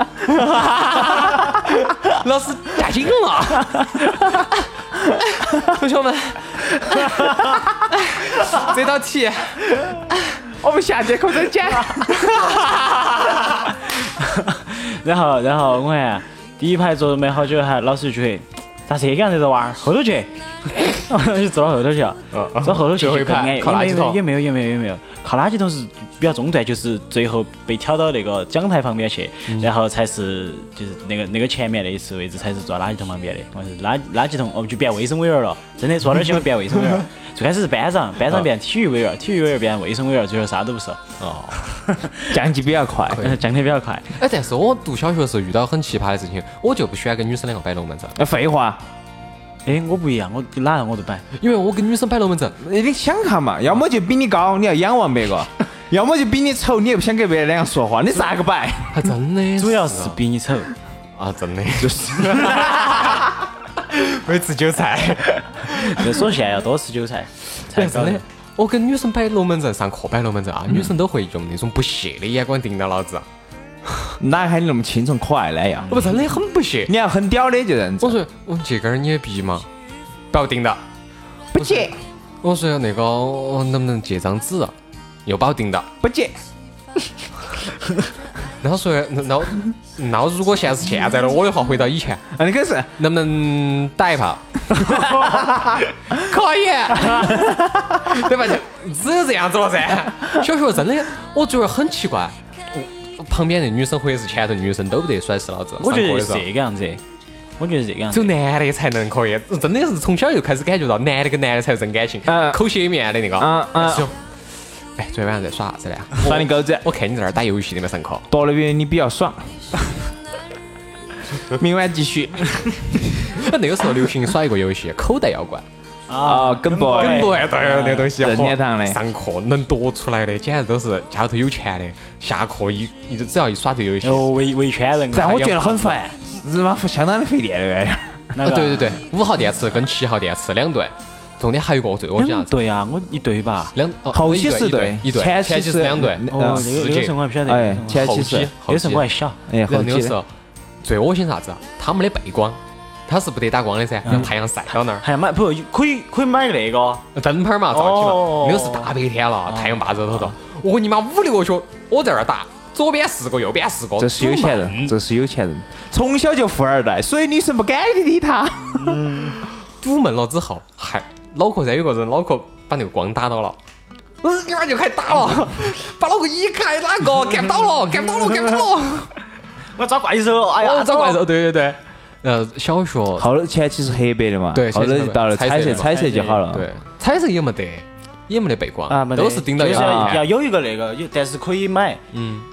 [SPEAKER 2] 老师驾紧了， 同学 们，这道题
[SPEAKER 4] 我们下节课再讲。
[SPEAKER 3] 然后然后我看第一排坐了没好久，还老师就去。咋这个样子的娃儿？后头去， 就坐到后头去了。坐后头去
[SPEAKER 2] 哦最后一
[SPEAKER 3] 就更安
[SPEAKER 2] 排
[SPEAKER 3] 逸，
[SPEAKER 2] 靠垃圾桶
[SPEAKER 3] 也没有也没有也没有也没有。靠垃圾桶是比较中段，就是最后被挑到那个讲台旁边去，
[SPEAKER 2] 嗯
[SPEAKER 3] 然后才是就是那个那个前面那一次位置才是坐垃圾桶旁边的。我是垃垃圾桶哦，就变卫生委员了，真的坐那儿去会变卫生委 员。最开始是班长，班长变体育委员，体育委员变卫生委员，最后啥都不是，
[SPEAKER 2] 哦，
[SPEAKER 4] 降级比较快，
[SPEAKER 2] 对
[SPEAKER 3] 讲的比较快。
[SPEAKER 2] 哎，但是我读小学的时候遇到很奇葩的事情，我就不喜欢跟女生两个摆龙门阵，
[SPEAKER 4] 呃废话，
[SPEAKER 3] 哎，我不一样，我哪样我都 摆。
[SPEAKER 2] 因为我跟女生摆龙门阵，
[SPEAKER 4] 那你想看嘛，要么就比你高，你要仰望别个；要么就比你丑，你又不想跟别人两个说话，你咋个摆？
[SPEAKER 2] 还真的
[SPEAKER 3] 主要是比你丑。
[SPEAKER 2] 啊，真的 就是。会吃韭菜，
[SPEAKER 3] 就说现在要多吃韭菜，才
[SPEAKER 2] 真
[SPEAKER 3] 高
[SPEAKER 2] 的
[SPEAKER 3] 的。。
[SPEAKER 2] 我跟女生摆龙门阵，上课摆龙门阵啊，女生都会用那种不屑的眼光盯到老子，
[SPEAKER 4] 哪喊你那么清纯可爱的哎呀？
[SPEAKER 2] 我真的很不屑。
[SPEAKER 4] 你要很屌的就认
[SPEAKER 2] 我
[SPEAKER 4] 真，
[SPEAKER 2] 说，我说这根儿你也逼吗？不要盯到。
[SPEAKER 4] 不接
[SPEAKER 2] 我说那个，我能不能借张纸啊？又把我盯到。
[SPEAKER 4] 不接，
[SPEAKER 2] 然后说，那那那如果现在是现在的我的话，回到以前，
[SPEAKER 4] 那你可是
[SPEAKER 2] 能不能打一 炮？可以，对吧？就只有这样子了噻。小学真的，我觉得很奇怪，我旁边的女生或者是前头女生都不得甩死老子。
[SPEAKER 3] 我觉
[SPEAKER 2] 上课
[SPEAKER 3] 得
[SPEAKER 2] 的
[SPEAKER 3] 是
[SPEAKER 2] 时候
[SPEAKER 3] 这个样子，我觉得是这个样
[SPEAKER 2] 只
[SPEAKER 3] 子
[SPEAKER 2] 有。男的才能可以，真的是从小就开始感觉到男的跟男的才是真感情，
[SPEAKER 4] 嗯
[SPEAKER 2] 口血面的那个。
[SPEAKER 4] 嗯嗯
[SPEAKER 2] 是。哎，昨天晚上在耍啥子呢？
[SPEAKER 4] 耍你狗子，
[SPEAKER 2] 我看你在那儿打游戏的嘛，上课。
[SPEAKER 4] 躲得比你比较爽。 明晚继续
[SPEAKER 2] 那个时候流行耍一个游戏，口袋妖怪，
[SPEAKER 4] 啊，跟 boy，
[SPEAKER 2] 很多对那个东西。
[SPEAKER 4] 任天堂的
[SPEAKER 2] 上课能夺出来的，简直都是家头有钱的，下课一一直只要一耍这个游戏，
[SPEAKER 3] 哦，维维圈人，
[SPEAKER 4] 但我觉得很烦，日妈相当的费电哎的玩意儿。
[SPEAKER 3] 那
[SPEAKER 2] 呃
[SPEAKER 3] 个
[SPEAKER 2] 对对对，五号电池跟七号电池两对，重点还有一个最我
[SPEAKER 3] 两
[SPEAKER 2] 讲
[SPEAKER 3] 对啊，我一对吧。
[SPEAKER 2] 两哦
[SPEAKER 4] 后
[SPEAKER 2] 一
[SPEAKER 4] 期是
[SPEAKER 2] 对
[SPEAKER 4] 对
[SPEAKER 2] 一对，
[SPEAKER 4] 前期
[SPEAKER 2] 前期是
[SPEAKER 4] 是
[SPEAKER 2] 两对，啊
[SPEAKER 4] 呃
[SPEAKER 3] 哦，那个那个时候我还不晓得，
[SPEAKER 4] 哎
[SPEAKER 3] 那个时候
[SPEAKER 4] 前
[SPEAKER 2] 后
[SPEAKER 4] 期
[SPEAKER 2] 期
[SPEAKER 4] 是，
[SPEAKER 3] 那
[SPEAKER 2] 后
[SPEAKER 3] 个时
[SPEAKER 2] 期
[SPEAKER 3] 候我还小，
[SPEAKER 4] 哎，
[SPEAKER 2] 然
[SPEAKER 4] 后
[SPEAKER 2] 后那
[SPEAKER 4] 期
[SPEAKER 2] 个
[SPEAKER 4] 的
[SPEAKER 2] 时候最恶心啥子啊？他们的背光，它是不得打光的�噻，让太阳晒到那儿，
[SPEAKER 3] 还买哎不可以可以买那个，
[SPEAKER 2] 灯泡嘛，照起嘛
[SPEAKER 3] 哦。
[SPEAKER 2] 那个是大白天了，太阳霸着头头。我跟你妈五六个脚，我在那儿打，左边四个，右边四个，
[SPEAKER 4] 这是有钱人，这是有钱人，从小就富二代，所以女生不敢理他。
[SPEAKER 2] 堵闷了之后，还脑壳噻有个人脑壳把那个光打到了。哦我立嗯马就开始打了， 把脑壳一开，哪个 干不到了，干不到了，干不到了，哦
[SPEAKER 3] 我找怪兽，哎呀，
[SPEAKER 2] 我找怪兽，对对对，呃，小学
[SPEAKER 4] 后头前期是黑白的嘛，
[SPEAKER 2] 对
[SPEAKER 4] 后头就到了彩
[SPEAKER 2] 前期
[SPEAKER 4] 色
[SPEAKER 2] 是
[SPEAKER 4] 彩色就好了。
[SPEAKER 2] 哎对，彩色也没得，也没得背光，
[SPEAKER 3] 啊，没得
[SPEAKER 2] 都是盯到
[SPEAKER 3] 就是
[SPEAKER 2] 幺
[SPEAKER 3] 要
[SPEAKER 2] 二
[SPEAKER 3] 要有一个那个，有但是可以买，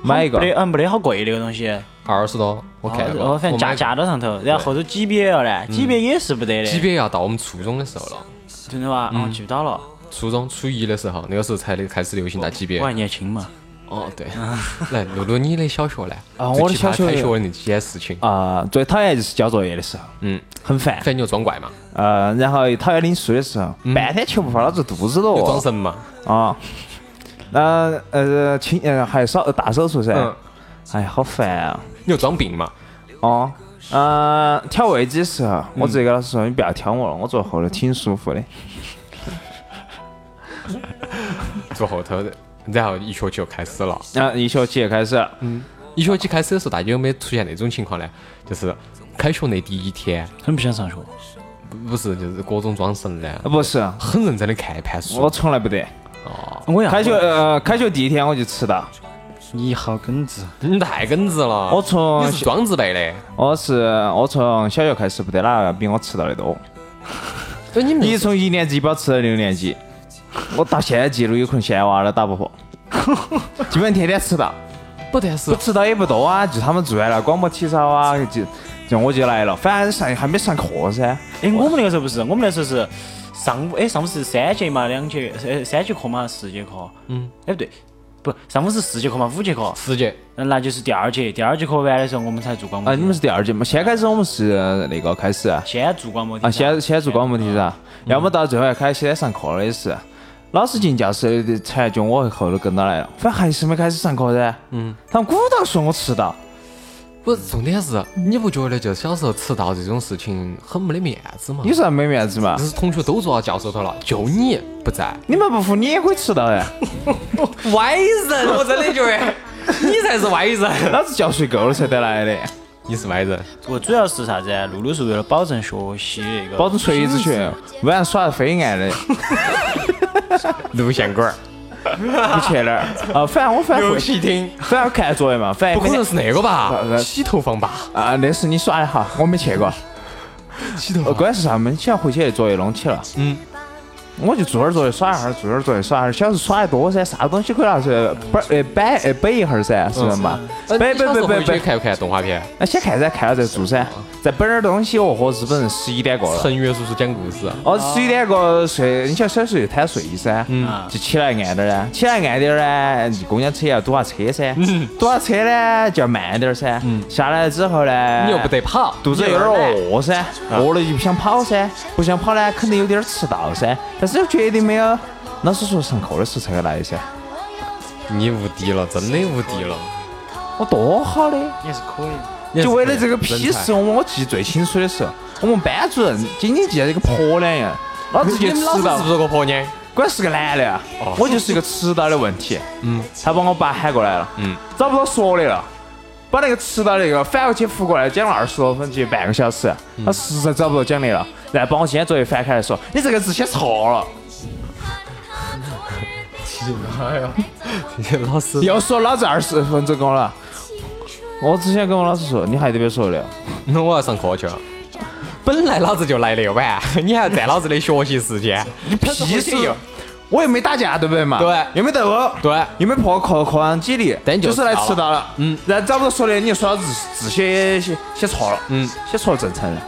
[SPEAKER 4] 买一个
[SPEAKER 3] 不得，嗯，没得好贵那个东西，
[SPEAKER 2] 二十多，我看
[SPEAKER 3] 哦
[SPEAKER 2] 过，
[SPEAKER 3] 哦反正
[SPEAKER 2] 我
[SPEAKER 3] 架
[SPEAKER 2] 买嗯
[SPEAKER 3] 架到上头，然后后头 G B L 呢，G B 也是不得的，
[SPEAKER 2] 级别要到我们初中的时候了，
[SPEAKER 3] 真的吧？嗯，记不到了，
[SPEAKER 2] 初中初一的时候，那个时候才开始流行大级别
[SPEAKER 3] 我。还年轻嘛，
[SPEAKER 2] 哦，对。来，露露，你的小学呢？
[SPEAKER 4] 啊
[SPEAKER 2] 最
[SPEAKER 4] 我的
[SPEAKER 2] 奇葩
[SPEAKER 4] 小学
[SPEAKER 2] 开学的那件事情，
[SPEAKER 4] 啊，最讨厌就是交作业的时候，
[SPEAKER 2] 嗯，
[SPEAKER 4] 很烦
[SPEAKER 2] 反。正你就装怪嘛，
[SPEAKER 4] 呃，然后讨厌领书的时候，半天球不放老子肚子哦
[SPEAKER 2] 就装
[SPEAKER 4] 了
[SPEAKER 2] 神嘛。
[SPEAKER 4] 啊。那呃，轻呃还有手大手术噻
[SPEAKER 2] 嗯，
[SPEAKER 4] 哎呀，好烦啊！
[SPEAKER 2] 你就装病嘛。
[SPEAKER 4] 哦，嗯，挑位置的时候，
[SPEAKER 2] 嗯
[SPEAKER 4] 我直接跟老师说：“你不要挑我了，我坐后头挺舒服的。
[SPEAKER 2] 坐后头，然后一学期就开始了。”
[SPEAKER 4] 然后一学期就开始了，
[SPEAKER 2] 嗯一学期开始的时候，大家有没有出现那种情况呢？就是开学那第一天，
[SPEAKER 3] 很不想上学。
[SPEAKER 2] 不不是就是各种装神的，
[SPEAKER 4] 呃不是，
[SPEAKER 2] 很认真的看一盘
[SPEAKER 4] 我
[SPEAKER 2] 书。
[SPEAKER 4] 从来不得。
[SPEAKER 2] 嗯
[SPEAKER 3] 我要
[SPEAKER 4] 开学，呃，开学第一天我就迟
[SPEAKER 2] 啊
[SPEAKER 4] 到，
[SPEAKER 3] 你好耿直，
[SPEAKER 2] 你太耿直了，
[SPEAKER 4] 我从
[SPEAKER 2] 你是装自备的。
[SPEAKER 4] 我是我从小学开始不得哪个比我迟到的多。
[SPEAKER 2] 哎，你们
[SPEAKER 4] 你从一年级把我吃到六年级，我到现在记录有可能现在娃都打不破，基本天天迟到，
[SPEAKER 2] 不得是
[SPEAKER 4] 不迟到也不多啊，就他们做完了广播体操啊，就就我就来了，反正上还没上课噻，
[SPEAKER 3] 哎，我们那个时候不是，我们那时候是上午，哎，上午是三节嘛，两节，呃，三节课嘛，四节课。嗯。哎，不对，不，上午是四节课嘛，五节课，
[SPEAKER 2] 直接
[SPEAKER 3] 嗯那就是第二节。第二节课完的时候，我们才做广播
[SPEAKER 4] 啊，
[SPEAKER 3] 体操。
[SPEAKER 4] 你们是第二届嘛？先开始我们是那个开始啊，
[SPEAKER 3] 先做广播体操
[SPEAKER 4] 啊先先做广播体操，啊要么到最后开始先上课了也是，老师进教室的才就我后头跟到来了，反正还是没开始上课噻，嗯，他们鼓捣说我迟到，
[SPEAKER 2] 不，重点是你不觉得就是小时候迟到这种事情很没得面子吗？
[SPEAKER 4] 你说没面子嘛
[SPEAKER 2] 就？是同学都坐到教室头了，就你不在。
[SPEAKER 4] 你们不服你也可以迟到呀。
[SPEAKER 2] 歪人，我真的觉 得你才是歪人。
[SPEAKER 4] 老子觉睡够了才得来的，
[SPEAKER 2] 你是歪人，
[SPEAKER 3] 我主要是啥子啊？露露是为了保证学习那个，
[SPEAKER 4] 保证锤子拳，晚上耍得飞暗的，
[SPEAKER 2] 录像馆儿、
[SPEAKER 4] 不去那儿。啊，反正我反正
[SPEAKER 2] 游
[SPEAKER 4] 会，
[SPEAKER 2] 戏厅，
[SPEAKER 4] 反正看作业嘛，反
[SPEAKER 2] 不
[SPEAKER 4] 正
[SPEAKER 2] 可能是哎那个吧？
[SPEAKER 4] 呃
[SPEAKER 2] 洗头房吧？
[SPEAKER 4] 啊，那是你耍的哈，我没 去过。
[SPEAKER 2] 洗头
[SPEAKER 4] 呃
[SPEAKER 2] 房。
[SPEAKER 4] 关键是啥嘛？你想回去作业弄起了，
[SPEAKER 2] 嗯，
[SPEAKER 4] 我就做点儿作业耍一会儿，做点儿作业耍一会儿。小时候耍得多噻，啥东西可以拿出来摆呃摆呃摆一会儿噻，是不是嘛？
[SPEAKER 2] 呃
[SPEAKER 4] 摆摆
[SPEAKER 2] 你小时
[SPEAKER 4] 摆
[SPEAKER 2] 候
[SPEAKER 4] 摆
[SPEAKER 2] 回去嗯
[SPEAKER 4] 摆，
[SPEAKER 2] 看不看动画片？
[SPEAKER 4] 那先看噻，看了再做噻，再摆点儿东西。哦豁，日本人十一点过了。
[SPEAKER 2] 陈月叔叔讲故事，啊
[SPEAKER 4] 哦，十一点过睡，你晓得小时候就贪睡噻，
[SPEAKER 2] 嗯
[SPEAKER 4] 就起来暗点儿啊呢，起来暗点儿呢，公交车要堵下车噻，
[SPEAKER 2] 嗯
[SPEAKER 4] 堵下车呢就要慢点儿噻，下来之后呢，
[SPEAKER 2] 哎你又不得跑，
[SPEAKER 4] 肚子有点
[SPEAKER 2] 你又不得
[SPEAKER 4] 饿噻，饿了就不想跑噻，不想跑呢肯定有点儿迟到�噻，但是又决定没有，老师说上课的时候才会来噻，
[SPEAKER 2] 懒，你无敌了，真的无敌了。
[SPEAKER 4] 我多好的，
[SPEAKER 3] 也是可以的。
[SPEAKER 4] 就为了这个屁事，
[SPEAKER 2] 事，
[SPEAKER 4] 我我记最清楚的是，我们班主任仅仅记得这个婆娘呀，老子
[SPEAKER 2] 你
[SPEAKER 4] 就
[SPEAKER 2] 们
[SPEAKER 4] 迟
[SPEAKER 2] 老师
[SPEAKER 4] 到
[SPEAKER 2] 是不。是个婆娘？
[SPEAKER 4] 关键是个男的呀，我就是一个迟到的问题。哦嗯，他把我爸喊过来了，
[SPEAKER 2] 嗯，
[SPEAKER 4] 找不到说的了，把那个迟到那个反过去扶过来，讲了二十多分钟，半个小时，啊他实在找不到奖励了，然后把我今天作业翻开来说，你这个字写错了，
[SPEAKER 2] 老师
[SPEAKER 4] 又说老子二十分钟工了。我之前跟我老师说，你还得别说了，
[SPEAKER 2] 那我要上课去了。本来老子就来的晚， 你还要占老子的学习时间， 你
[SPEAKER 4] 屁事！我又没打架，对不对嘛？
[SPEAKER 2] 对
[SPEAKER 4] 又没斗殴，
[SPEAKER 2] 对
[SPEAKER 4] 又没破课课上纪律，
[SPEAKER 2] 但你就
[SPEAKER 4] 就是来
[SPEAKER 2] 迟
[SPEAKER 4] 迟
[SPEAKER 2] 到
[SPEAKER 4] 到了。嗯，然后找不到说的，你就说老子字写写写错了。嗯，写错了正常的。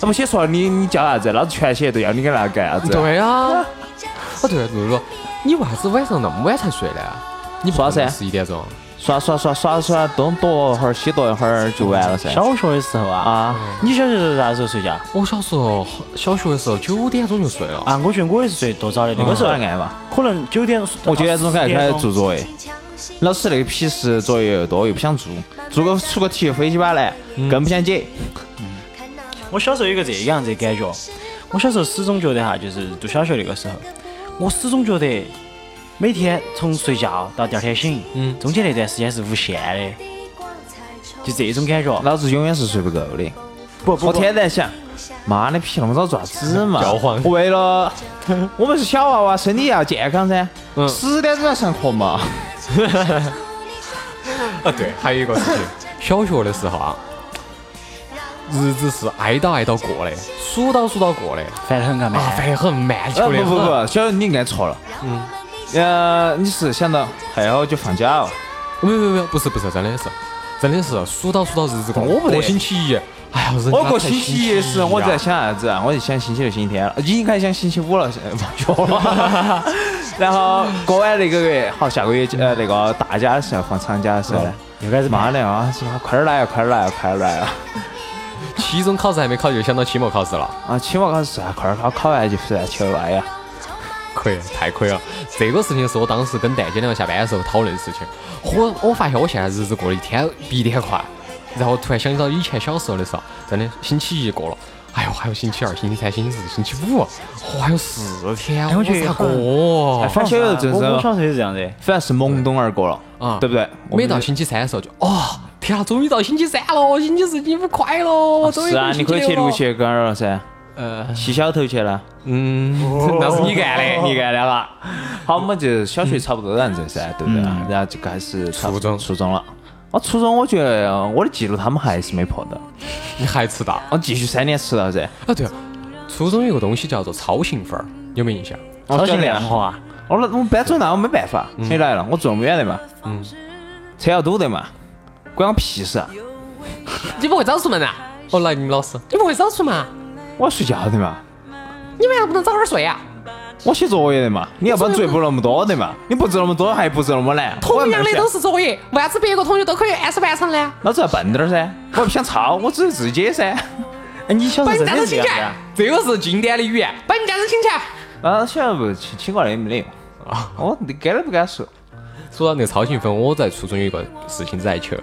[SPEAKER 4] 那么写错了，你你叫啥子？老子全写都要，你给那干啥子？，
[SPEAKER 2] 对 啊，哦对，露露，你为啥子晚上那么晚才睡呢？你
[SPEAKER 4] 耍噻
[SPEAKER 2] 十一点钟，
[SPEAKER 4] 耍耍耍耍耍，东躲一会儿，西躲一会儿就完了噻。
[SPEAKER 3] 小学的时候啊，
[SPEAKER 4] 啊，
[SPEAKER 3] 你小学是啥时候睡觉？
[SPEAKER 2] 我小时候小学的时候九点钟就睡了。
[SPEAKER 3] 啊，我觉得我也是睡多早的，那个时候
[SPEAKER 4] 爱嘛。
[SPEAKER 3] 可能九点。
[SPEAKER 4] 啊我九点钟开始开始做作业，
[SPEAKER 5] 老
[SPEAKER 4] 老师那个批示作业又多，又不想做，做个出个题飞起巴来，更不想解。
[SPEAKER 3] 我小时候有个这样子的感觉，我小时候始终觉得哈，就是读小学那个时候，我始终觉得每天从睡觉到第二天醒，嗯，中间那段时间是无限的，就这种感觉。
[SPEAKER 4] 老子永远是睡不够的。
[SPEAKER 3] 不不
[SPEAKER 4] 我
[SPEAKER 3] 不，
[SPEAKER 4] 天天想，妈的皮那么早做啥子嘛？
[SPEAKER 2] 摇晃
[SPEAKER 4] 我为 了我们是小娃娃，身体要健康噻。十点钟要上课 嘛，
[SPEAKER 2] 啊，对，还有一个事情，小学的时候啊，日子是挨到挨到过的，数到数到过的，
[SPEAKER 3] 烦得很干嘛
[SPEAKER 2] 啊，？反正很慢，
[SPEAKER 4] 呃
[SPEAKER 2] 求
[SPEAKER 4] 不
[SPEAKER 2] 的嗯
[SPEAKER 4] 不不，
[SPEAKER 2] 很。
[SPEAKER 4] 小学你应该错了。嗯，呃，你是想到还要就放假哦？
[SPEAKER 2] 不不不，不是不是，真的是，真的是数到数到日子过，
[SPEAKER 4] 我不得
[SPEAKER 2] 过星期一，哎呀，人
[SPEAKER 4] 我
[SPEAKER 2] 家
[SPEAKER 4] 过
[SPEAKER 2] 才
[SPEAKER 4] 星期一时，我
[SPEAKER 2] 啊
[SPEAKER 4] 在想啥子啊？我就想星期六、星期天了，已经开始想星期五了，现在放学 了。然后过完那个月，好，下个月呃那个大家是要放长假的时候呢，又开始骂了啊，说快点来啊，快点来啊，快点来啊！
[SPEAKER 2] 期中考试还没考就想到期末考试了，
[SPEAKER 4] 啊，期末考试啊，快点考，考完就算求来呀。
[SPEAKER 2] 亏，太亏了。这个事情是我当时跟蛋姐两个下班的时候讨论的事情。我我发现我现在日子过得一天比一天快，然后突然想到以前小时候的时候，真的星期一过了，哎呦，还有星期二、星期三、星期四、星期五，我还有四天，
[SPEAKER 3] 哎
[SPEAKER 2] 我
[SPEAKER 3] 我觉得
[SPEAKER 2] 咋
[SPEAKER 3] 很哎
[SPEAKER 2] 过？
[SPEAKER 4] 发小哎有这种
[SPEAKER 3] 我我小时候也是这样的，
[SPEAKER 4] 反正是懵懂而过了，
[SPEAKER 2] 啊
[SPEAKER 4] 对不对？我
[SPEAKER 2] 每
[SPEAKER 4] 们
[SPEAKER 2] 到星期三的时候就哦，天啊，终于到星期三了，星期四、星期五快了，我终于
[SPEAKER 4] 是啊，
[SPEAKER 2] 过
[SPEAKER 4] 你
[SPEAKER 2] 星期
[SPEAKER 4] 可以去
[SPEAKER 2] 六
[SPEAKER 4] 留
[SPEAKER 2] 了。
[SPEAKER 4] 学干了噻，
[SPEAKER 2] 呃，
[SPEAKER 4] 洗小头去了。
[SPEAKER 2] 嗯，那是你干的，
[SPEAKER 4] 你干的了。好，我们就小学差不多这样子噻，对不对？然后就开始初中，初中了。我初中，我觉得呃我的记录他们还是没破到，
[SPEAKER 2] 你还迟到。
[SPEAKER 4] 我继续三年迟到噻。
[SPEAKER 2] 啊，对了，初中有个东西叫做操行分儿，有没有印象？
[SPEAKER 4] 我啊
[SPEAKER 3] 超
[SPEAKER 4] 晓
[SPEAKER 3] 心
[SPEAKER 4] 得
[SPEAKER 3] 量化。
[SPEAKER 4] 我那我们班主任那我没办法，你来了，我坐那么远的嘛，车要堵的嘛，关我屁事啊！
[SPEAKER 2] 你不会早出门呐？哦，来，你们老师，你不会早出门啊？
[SPEAKER 4] 我要睡觉的嘛，
[SPEAKER 2] 你晚上不能早点睡啊？
[SPEAKER 4] 我写作业的嘛，你要不然作业布那么多的嘛，你布置那么多还布置那么难，
[SPEAKER 2] 同样的都
[SPEAKER 4] 是，
[SPEAKER 2] 是啊作业，为啥子别个同学都可以按时完成呢？
[SPEAKER 4] 老子要笨点儿�噻，我也不想抄，我只是自己解 噻。
[SPEAKER 3] 哎，你小时
[SPEAKER 2] 把
[SPEAKER 3] 候
[SPEAKER 2] 你
[SPEAKER 3] 真
[SPEAKER 2] 家
[SPEAKER 3] 的
[SPEAKER 2] 长
[SPEAKER 3] 是这
[SPEAKER 2] 请
[SPEAKER 3] 样
[SPEAKER 2] 起
[SPEAKER 3] 子啊
[SPEAKER 2] 来？，这个是经典的语言，把你家长请起来。
[SPEAKER 4] 啊，现在不请请过来也没得用啊！ 我你敢都不敢说。
[SPEAKER 2] 说到那个操行分，我在初中有一个事情在求，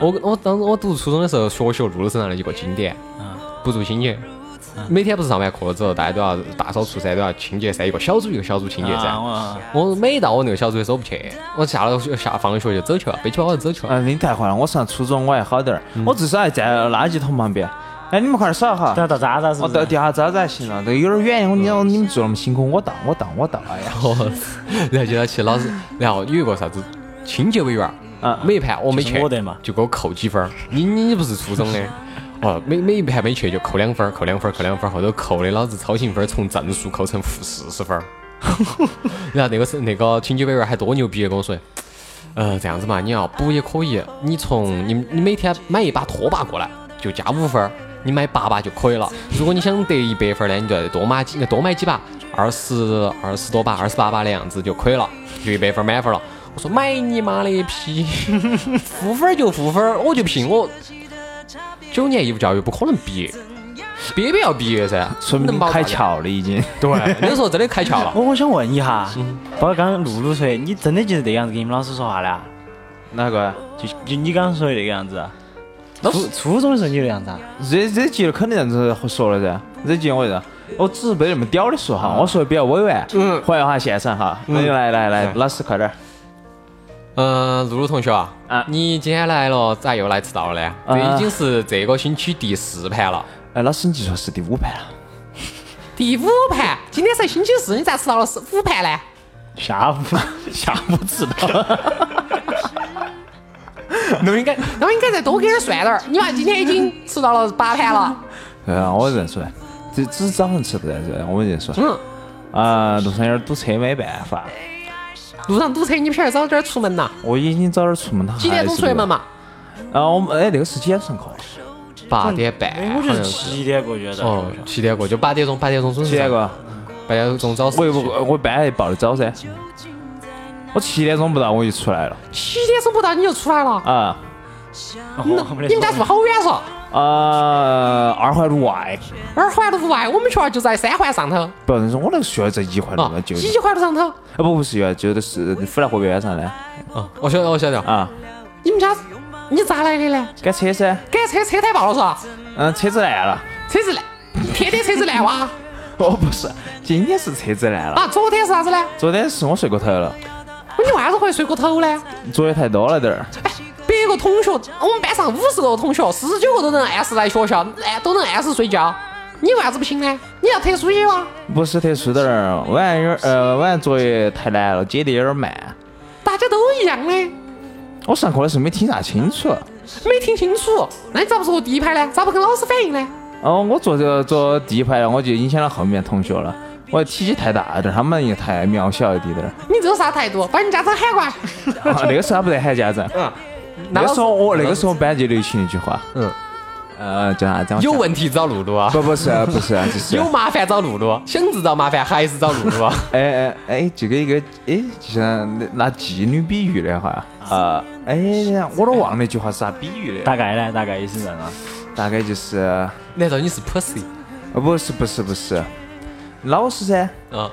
[SPEAKER 2] 我我当时我读初中的时候，学校路路身上的一个景点，不住清洁。每天不是上完课了之后，大家都要大扫除噻，都要清洁噻，一个小组一个小组清洁噻。
[SPEAKER 3] 啊，
[SPEAKER 2] 我每到我那个小组的时候我不去，我下了下放了学就走去了，背起包包就走去了。
[SPEAKER 4] 啊，你太坏了！我上初中我还好点儿，我至少还站垃圾桶旁边。哎，你们快点扫哈！
[SPEAKER 3] 等下到渣渣是
[SPEAKER 4] 我
[SPEAKER 3] 不
[SPEAKER 4] 到
[SPEAKER 3] 是？
[SPEAKER 4] 地下渣渣行了，这有点远，我你让你们坐那么辛苦，我到，我到，我到。 哎呀，
[SPEAKER 2] 然后就要去老师，然后有一个啥子清洁委员，
[SPEAKER 4] 嗯
[SPEAKER 2] 每一盘我没去
[SPEAKER 3] 啊就是我的嘛，
[SPEAKER 2] 就给我扣几分儿。你你不是初中 的，哦，每每一盘没去就扣两分儿，扣两分儿，扣两分儿，后头扣的老子操行分儿从正数扣成负四十分儿。 然后那个是那个清洁委员还多牛逼的跟我说，呃，这样子嘛，你要补也可以，你从你你每天买一把拖把过来，就加五分儿，你买八把就可以了。如果你想得一百分儿呢，你就再多买几多买几把，二十二十多把，二十八把的样子就可以了，就一百分儿满分儿了。我说买你妈了个批，负分儿就负分儿，我就凭我九年义务教育不可能毕业，憋憋要毕业噻，
[SPEAKER 4] 说明
[SPEAKER 2] 能
[SPEAKER 4] 你
[SPEAKER 2] 把我
[SPEAKER 4] 开
[SPEAKER 2] 咋
[SPEAKER 4] 窍了已 经。
[SPEAKER 2] 对，那时候真的开窍了。
[SPEAKER 3] 我我想问一下，包括刚刚露露说，你真的就是那样子跟你们老师说话的？
[SPEAKER 4] 哪个？
[SPEAKER 3] 就就你刚刚说的那个样子，
[SPEAKER 2] 老
[SPEAKER 3] 初初中的时候你那样子啊？
[SPEAKER 4] 这这集肯定这样子说了噻，这集我这，我只是没那么屌的说哈，我说的比较委婉。嗯，还原下现场哈。那就来来来，老师快点儿。
[SPEAKER 2] 嗯，露露同学啊，
[SPEAKER 4] 啊
[SPEAKER 2] 你今天来了，咋又来迟到了呢？这已经是这个星期第四盘了，
[SPEAKER 4] 哎，老师你就说是第五盘了。
[SPEAKER 2] 第五盘，今天才星期四，你咋迟到了四五盘呢？
[SPEAKER 3] 下 午下午迟到，
[SPEAKER 2] 那应该，那应该再多给点算点儿。你娃今天已经迟到了八盘了。
[SPEAKER 4] 对啊，我认出来，这只是早上吃的，这我们认出来。
[SPEAKER 2] 嗯，
[SPEAKER 4] 啊，路上有点堵车，没办法，
[SPEAKER 2] 路上堵车，你平儿早点出门呐。
[SPEAKER 4] 我已经早点出门，他
[SPEAKER 2] 几点钟出的门？嘛？
[SPEAKER 4] 啊，我们哎，那个是几点上课？
[SPEAKER 2] 八点半，
[SPEAKER 3] 哎我
[SPEAKER 2] 好
[SPEAKER 3] 觉
[SPEAKER 2] 像
[SPEAKER 3] 得
[SPEAKER 2] 是。
[SPEAKER 3] 七点过去的。
[SPEAKER 2] 哦，七点过就八点钟，八点钟准时。
[SPEAKER 4] 几点？个？
[SPEAKER 2] 八点钟早上。
[SPEAKER 4] 我又不，我一般还报的早噻。我七点钟不到我就出来了
[SPEAKER 2] 七点钟不到你就出来了。
[SPEAKER 4] 啊
[SPEAKER 3] 哦
[SPEAKER 2] 你
[SPEAKER 3] 我没
[SPEAKER 2] 们
[SPEAKER 3] 得
[SPEAKER 2] 你们家住
[SPEAKER 3] 说
[SPEAKER 2] 好远嗦？
[SPEAKER 4] 啊！二环路外，
[SPEAKER 2] 二环路外，我们学校就在三环上头。
[SPEAKER 4] 不要认说，我那个学校在一环路
[SPEAKER 2] 啊
[SPEAKER 4] 那，就，
[SPEAKER 2] 一环路上头。
[SPEAKER 4] 啊不不是学校，就的是府南河边上的
[SPEAKER 2] 啊，我晓得，我晓得。
[SPEAKER 4] 啊，
[SPEAKER 2] 你们家你咋来的呢？
[SPEAKER 4] 赶车噻，
[SPEAKER 2] 赶车车胎爆了是吧？
[SPEAKER 4] 嗯，车子烂了，
[SPEAKER 2] 车子烂，天天车子烂哇！
[SPEAKER 4] 哦不是，今天是车子烂了，
[SPEAKER 2] 啊，昨天是啥子呢？
[SPEAKER 4] 昨天是我睡过头了，
[SPEAKER 2] 我你为啥子会睡过头呢？
[SPEAKER 4] 作业太多了点儿。
[SPEAKER 2] 哎，别个同学，我们班上五十个同学，四十九个都能按时来学校，按都能按时睡觉，你为啥子不行呢？你要特殊些哇？
[SPEAKER 4] 不是特殊点儿，晚有点呃晚作业太难了，解的有点慢。
[SPEAKER 2] 大家都一样的，
[SPEAKER 4] 我上课的时候没听啥清楚。
[SPEAKER 2] 没听清楚。那你咋不坐第一排呢？咋不跟老师反映呢？
[SPEAKER 4] 哦，我坐这坐第一排了，我就影响了后面同学了。我体积太大了点儿，他们也太 渺小一点点儿。
[SPEAKER 2] 你这有啥态度？把你家长喊过来。
[SPEAKER 4] 啊那个时候还不得喊家长，
[SPEAKER 2] 那
[SPEAKER 4] 那
[SPEAKER 2] 老
[SPEAKER 4] 个
[SPEAKER 2] 师
[SPEAKER 4] 时候我那个时候我们班就流行一句话，
[SPEAKER 2] 嗯，
[SPEAKER 4] 呃，叫啥子？我
[SPEAKER 2] 有
[SPEAKER 4] 想
[SPEAKER 2] 问题找露露啊，
[SPEAKER 4] 不不是不是， 就是
[SPEAKER 2] 有麻烦找露露，想制造麻烦还是找露露啊。
[SPEAKER 4] 哎哎哎，这个一个哎，就像拿拿妓女比喻的话，呃，哎，我都忘了那句话是啥比喻 的，
[SPEAKER 3] 大概呢？大概意思是啥啊呢？
[SPEAKER 4] 大概就是，呃，
[SPEAKER 2] 难道你是 pussy？
[SPEAKER 4] 不是不是不是，老实噻，
[SPEAKER 2] 嗯，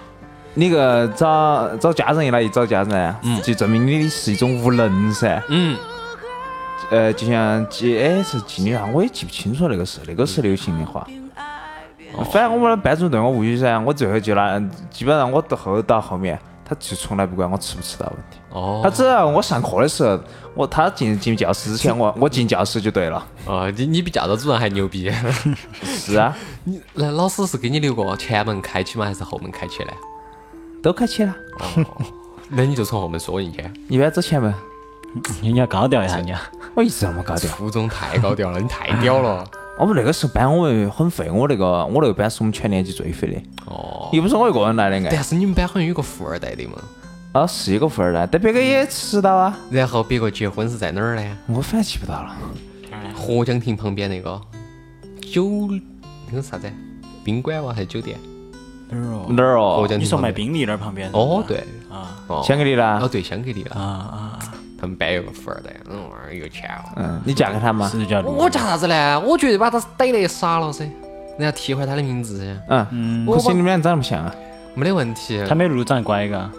[SPEAKER 4] 你个找找家人也来一找家人，嗯，就证明你是一种无能噻，
[SPEAKER 2] 嗯，
[SPEAKER 4] 呃，就像妓哎是妓女啊，我也记不清楚那个是那个是流行的话。反正我们班主任对我无语噻，我最后就拿，基本上我到后到后面，他就从来不管我吃不吃到问题。他
[SPEAKER 2] 哦，
[SPEAKER 4] 只要我上课的时候，我他进进教室之前，我我进教室就对了。
[SPEAKER 2] 哦，你你比教导主任还牛逼。
[SPEAKER 4] 是啊，
[SPEAKER 2] 你 那老师是给你留个前门开启吗？还是后门开启呢？
[SPEAKER 4] 都开启了，
[SPEAKER 2] 那你就从后门缩进去。
[SPEAKER 4] 一般走前门。
[SPEAKER 3] 你要高调一下，你要。啊
[SPEAKER 4] 我一直那么高调。
[SPEAKER 2] 初中太高调了，你太屌了。
[SPEAKER 4] 我们那个时候班我们很废，我那个我那个班是我们全年级最废的，
[SPEAKER 2] 哦，
[SPEAKER 4] 又不是我一个人来的哎
[SPEAKER 2] 但。是你们班好像有个富二代的嘛，
[SPEAKER 4] 啊，是一个富二代，但别个也迟到啊。
[SPEAKER 2] 然后别个结婚是在哪儿呢？
[SPEAKER 4] 我反正记不到了。
[SPEAKER 2] 合江亭旁边那个酒，那个啥子？宾馆哇还是酒店？
[SPEAKER 3] 哪儿哦？
[SPEAKER 4] 哪儿
[SPEAKER 2] 合
[SPEAKER 4] 哦？
[SPEAKER 2] 江亭
[SPEAKER 3] 你说
[SPEAKER 2] 旁
[SPEAKER 3] 卖
[SPEAKER 2] 边？
[SPEAKER 3] 宾利那儿旁边？
[SPEAKER 2] 哦，。对，
[SPEAKER 3] 啊
[SPEAKER 2] 哦，
[SPEAKER 4] 香格里
[SPEAKER 2] 哦
[SPEAKER 4] 拉。
[SPEAKER 2] 对，香格里拉
[SPEAKER 3] 啊。啊！
[SPEAKER 2] 他们班有个富二代，那玩意儿有钱哦。
[SPEAKER 4] 嗯，你嫁给他吗
[SPEAKER 3] 是？不是叫
[SPEAKER 2] 我
[SPEAKER 3] 路
[SPEAKER 2] 我叫啥子呢？我绝对把他逮得杀了噻，人家替换他的名字噻，
[SPEAKER 4] 嗯。
[SPEAKER 2] 我
[SPEAKER 4] 可惜你们俩长得不像啊。
[SPEAKER 2] 没得问题。
[SPEAKER 3] 他没路长得乖嘎。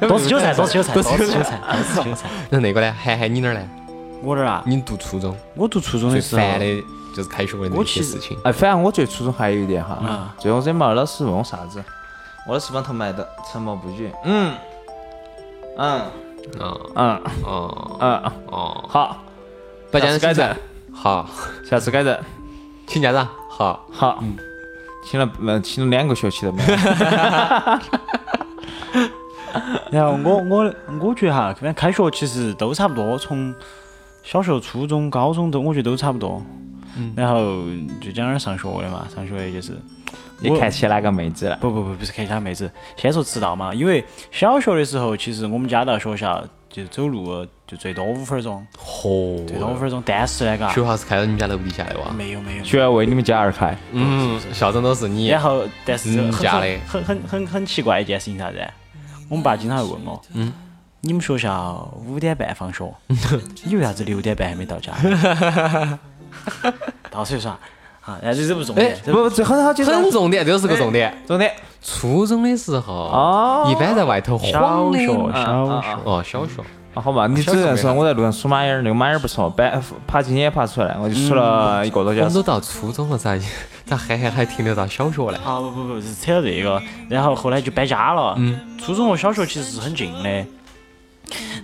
[SPEAKER 3] 多吃韭菜，多吃韭 菜，多吃韭菜，多吃韭菜。
[SPEAKER 2] 那那个呢？涵涵，你那儿呢？
[SPEAKER 3] 我这儿啊，
[SPEAKER 2] 你读初中
[SPEAKER 3] 我读初中
[SPEAKER 2] 最
[SPEAKER 3] 的时候，
[SPEAKER 2] 烦的就是开学的那
[SPEAKER 3] 我
[SPEAKER 2] 些
[SPEAKER 3] 其实
[SPEAKER 2] 事情。
[SPEAKER 4] 哎，反正我觉得初中还有一点哈
[SPEAKER 3] 啊，
[SPEAKER 4] 最后惹毛老师问我啥子，我老师帮他埋的沉默不语。嗯，嗯
[SPEAKER 2] 啊
[SPEAKER 4] 嗯
[SPEAKER 2] 哦
[SPEAKER 3] 啊
[SPEAKER 4] 嗯，
[SPEAKER 2] 哦，
[SPEAKER 4] 好，
[SPEAKER 2] 不讲
[SPEAKER 4] 下次改正，
[SPEAKER 2] 好，
[SPEAKER 4] 下次改正。
[SPEAKER 2] 请家长好。
[SPEAKER 4] 好，请了呃请了两个学期了没 有？
[SPEAKER 3] 然后我我我觉得哈，反正开学其实都差不多，从小学、初中、高中都我觉得都差不多。然后就讲点儿上学的嘛，上学的就是
[SPEAKER 4] 你看起哪个妹子了？
[SPEAKER 3] 不不不不是看其他妹子，先说迟到嘛，因为小学的时候，其实我们家到学校就走路就最多五分钟，
[SPEAKER 2] 嚯，
[SPEAKER 3] 最多五分钟，但是那个
[SPEAKER 2] 学校是开到你们家楼底下的哇？
[SPEAKER 3] 没有没有，
[SPEAKER 4] 学校为你们家而开。
[SPEAKER 2] 嗯，校长都是你
[SPEAKER 3] 然。后但是
[SPEAKER 2] 嗯
[SPEAKER 3] 很
[SPEAKER 2] 假的
[SPEAKER 3] 很很很很奇怪一件事情啥子？我们爸经常会问我，嗯，你们学校五点半放学，你为啥子六点半还没到家？ 到处耍啊，但是这不重点
[SPEAKER 2] 哎，
[SPEAKER 3] 这
[SPEAKER 4] 不不，这很好解释。
[SPEAKER 2] 很重点，这是个重
[SPEAKER 3] 哎
[SPEAKER 2] 点。
[SPEAKER 4] 重点，
[SPEAKER 2] 初中的时候
[SPEAKER 4] 哦，
[SPEAKER 2] 一般在外头
[SPEAKER 3] 小
[SPEAKER 2] 晃
[SPEAKER 3] 学
[SPEAKER 2] 的。
[SPEAKER 3] 小学
[SPEAKER 2] 哦，小学。
[SPEAKER 4] 啊好嘛，你只能说我在路上数马眼儿，那个马眼儿不错，搬爬进也爬出来，我就
[SPEAKER 3] 嗯
[SPEAKER 4] 数了一个多
[SPEAKER 2] 我
[SPEAKER 4] 小
[SPEAKER 2] 们
[SPEAKER 4] 时
[SPEAKER 2] 都。到初中了，咋咋还还还停留到小学呢？
[SPEAKER 3] 啊不不不，是扯这个，然后后来就搬家了。嗯，初中和小学其实是很近的，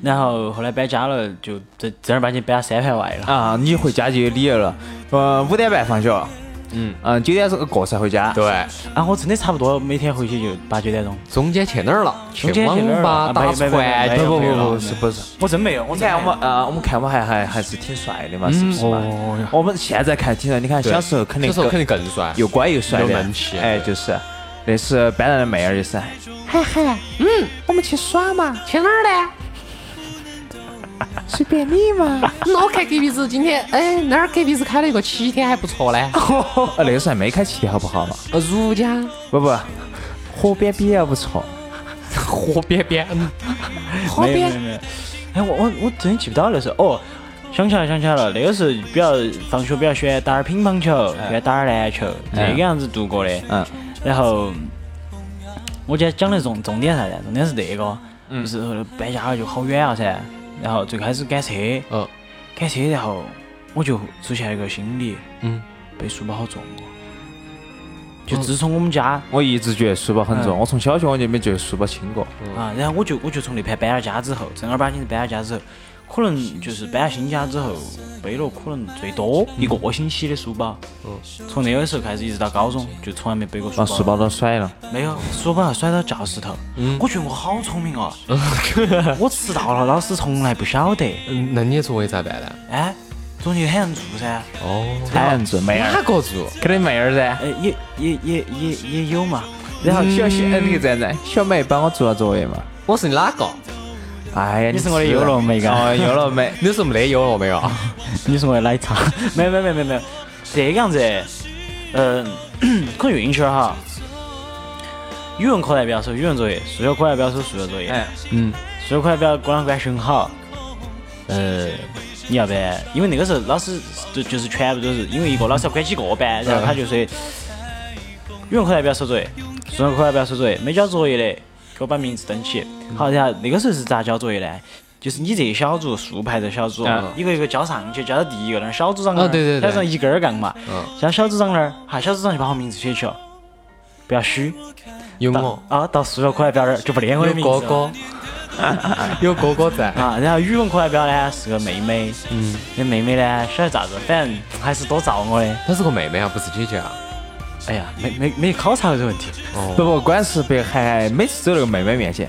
[SPEAKER 3] 然后后来搬家了，就正正儿八经搬到三环外了。
[SPEAKER 4] 啊，你回家就有理由了。呃，五点半放学，嗯嗯，九点过才回家。
[SPEAKER 2] 对，
[SPEAKER 3] 啊，我真的差不多每天回去就八九点钟。
[SPEAKER 2] 中间去哪儿了？
[SPEAKER 3] 中间去
[SPEAKER 2] 网
[SPEAKER 3] 哪儿了
[SPEAKER 2] 吧
[SPEAKER 3] 啊
[SPEAKER 2] 打
[SPEAKER 3] 没没没
[SPEAKER 2] 传
[SPEAKER 3] 没
[SPEAKER 2] 球
[SPEAKER 4] 不
[SPEAKER 3] 没有
[SPEAKER 4] 不不，
[SPEAKER 2] 哦
[SPEAKER 4] 是不是？
[SPEAKER 3] 我真没有，我
[SPEAKER 4] 你
[SPEAKER 3] 真
[SPEAKER 4] 看
[SPEAKER 3] 没
[SPEAKER 4] 我
[SPEAKER 3] 有嗯
[SPEAKER 4] 们呃，我们看我还还还是挺帅的嘛，是不是嘛？
[SPEAKER 3] 哦
[SPEAKER 4] 我们现在看挺帅，你看
[SPEAKER 2] 对
[SPEAKER 4] 小时候肯定
[SPEAKER 2] 小时候
[SPEAKER 4] 更
[SPEAKER 2] 肯定更帅。
[SPEAKER 4] 又乖又帅的，
[SPEAKER 2] 有门气
[SPEAKER 4] 哎，就是，那是班上的妹儿就是，
[SPEAKER 5] 嗨嗨，嗯，我们去耍嘛？去哪儿呢？随便你嘛。
[SPEAKER 2] 那我看隔壁子今天，哎，那儿隔壁子开了一个七天还不错呢。
[SPEAKER 4] 哦，那个时候还没开七天，好不好嘛？
[SPEAKER 2] 呃如家
[SPEAKER 4] 不不，河边比较不错，
[SPEAKER 2] 河边边，
[SPEAKER 5] 河
[SPEAKER 3] 没有没
[SPEAKER 5] 边
[SPEAKER 3] 有没有。哎，我我我真的记不到那时候哦。想起来，想起来了，那个时候比较放学比较喜欢打点儿乒乓球，喜欢打点儿篮球，这个样子度过的。
[SPEAKER 4] 嗯，
[SPEAKER 3] 然后我今天讲的重重点啥子？重点是这个，就是后来搬家了就好远了啊噻。然后最开始赶车，
[SPEAKER 2] 嗯
[SPEAKER 3] 赶车，然后我就出现了一个心理，
[SPEAKER 2] 嗯，
[SPEAKER 3] 背书包好重哦。就自从我们家
[SPEAKER 4] 我一直觉得书包很
[SPEAKER 3] 嗯
[SPEAKER 4] 重，我从小学我就没觉得书包轻过。
[SPEAKER 3] 啊，然后我就我就从那盘搬到家之后，正儿八经的搬到家之后，可能就是搬到新家之后，背了可能最多一个星期的书包。从那个时候开始，一直到高中，就从来没背嗯啊过书包。
[SPEAKER 4] 把哦
[SPEAKER 3] 嗯
[SPEAKER 4] 书包都甩了，
[SPEAKER 3] 没有，书包要甩到教室头。我觉得我好聪明 哦，我迟到了，老师从来不晓得。
[SPEAKER 2] 嗯，那你的座位咋办呢？
[SPEAKER 3] 哎，总就喊人住噻。
[SPEAKER 2] 哦，
[SPEAKER 4] 喊人子妹儿，
[SPEAKER 2] 哪个住？
[SPEAKER 4] 肯定妹儿噻。
[SPEAKER 3] 哎，也也也也也有嘛。
[SPEAKER 4] 嗯然后小小那个这样子，小妹帮我做了作业嘛，
[SPEAKER 2] 我是你哪个？
[SPEAKER 4] 哎呀，
[SPEAKER 3] 你是我的优乐美嘎
[SPEAKER 4] 哦，优乐 美，
[SPEAKER 2] 你是没得有了 没有？
[SPEAKER 3] 你是我的奶茶，没有没有没有没有没有，这个样子，嗯、 可运气儿哈。语文课代表收语文作业，数学课代表收数学作业，
[SPEAKER 4] 哎，
[SPEAKER 2] 嗯
[SPEAKER 3] 数学课代表管管选好。呃，你要不然，因为那个时候老师就就是全部都是因为一个老师要管几个
[SPEAKER 2] 嗯
[SPEAKER 3] 班，然后他就说，语文课代表收作业，数学课代表收作业，没交作业的给我把名字登起。
[SPEAKER 2] 嗯
[SPEAKER 3] 好，然后那个时候是咋交作业呢？就是你这一小组竖排的小组
[SPEAKER 4] 嗯，
[SPEAKER 3] 一个一个交上去，交到第一个那儿，小组长那儿，
[SPEAKER 2] 啊对对对嗯
[SPEAKER 3] 小组长一根儿杠嘛，交小组长那儿，哈，小组长就把我名字写起了，不要虚，
[SPEAKER 2] 有
[SPEAKER 3] 到
[SPEAKER 2] 我，
[SPEAKER 3] 啊，到数学课代表那儿就不得我的
[SPEAKER 2] 有
[SPEAKER 3] 名字了
[SPEAKER 2] 哥哥，有哥哥在。
[SPEAKER 3] 啊，然后语文课代表呢是个妹妹，嗯，那妹妹呢晓得咋子，反正还是多罩我的。
[SPEAKER 2] 她是个妹妹啊，不是姐姐啊。
[SPEAKER 3] 哎呀，没没没考察过这个问题，
[SPEAKER 4] 不不，关键是别还每次走那个妹妹面前，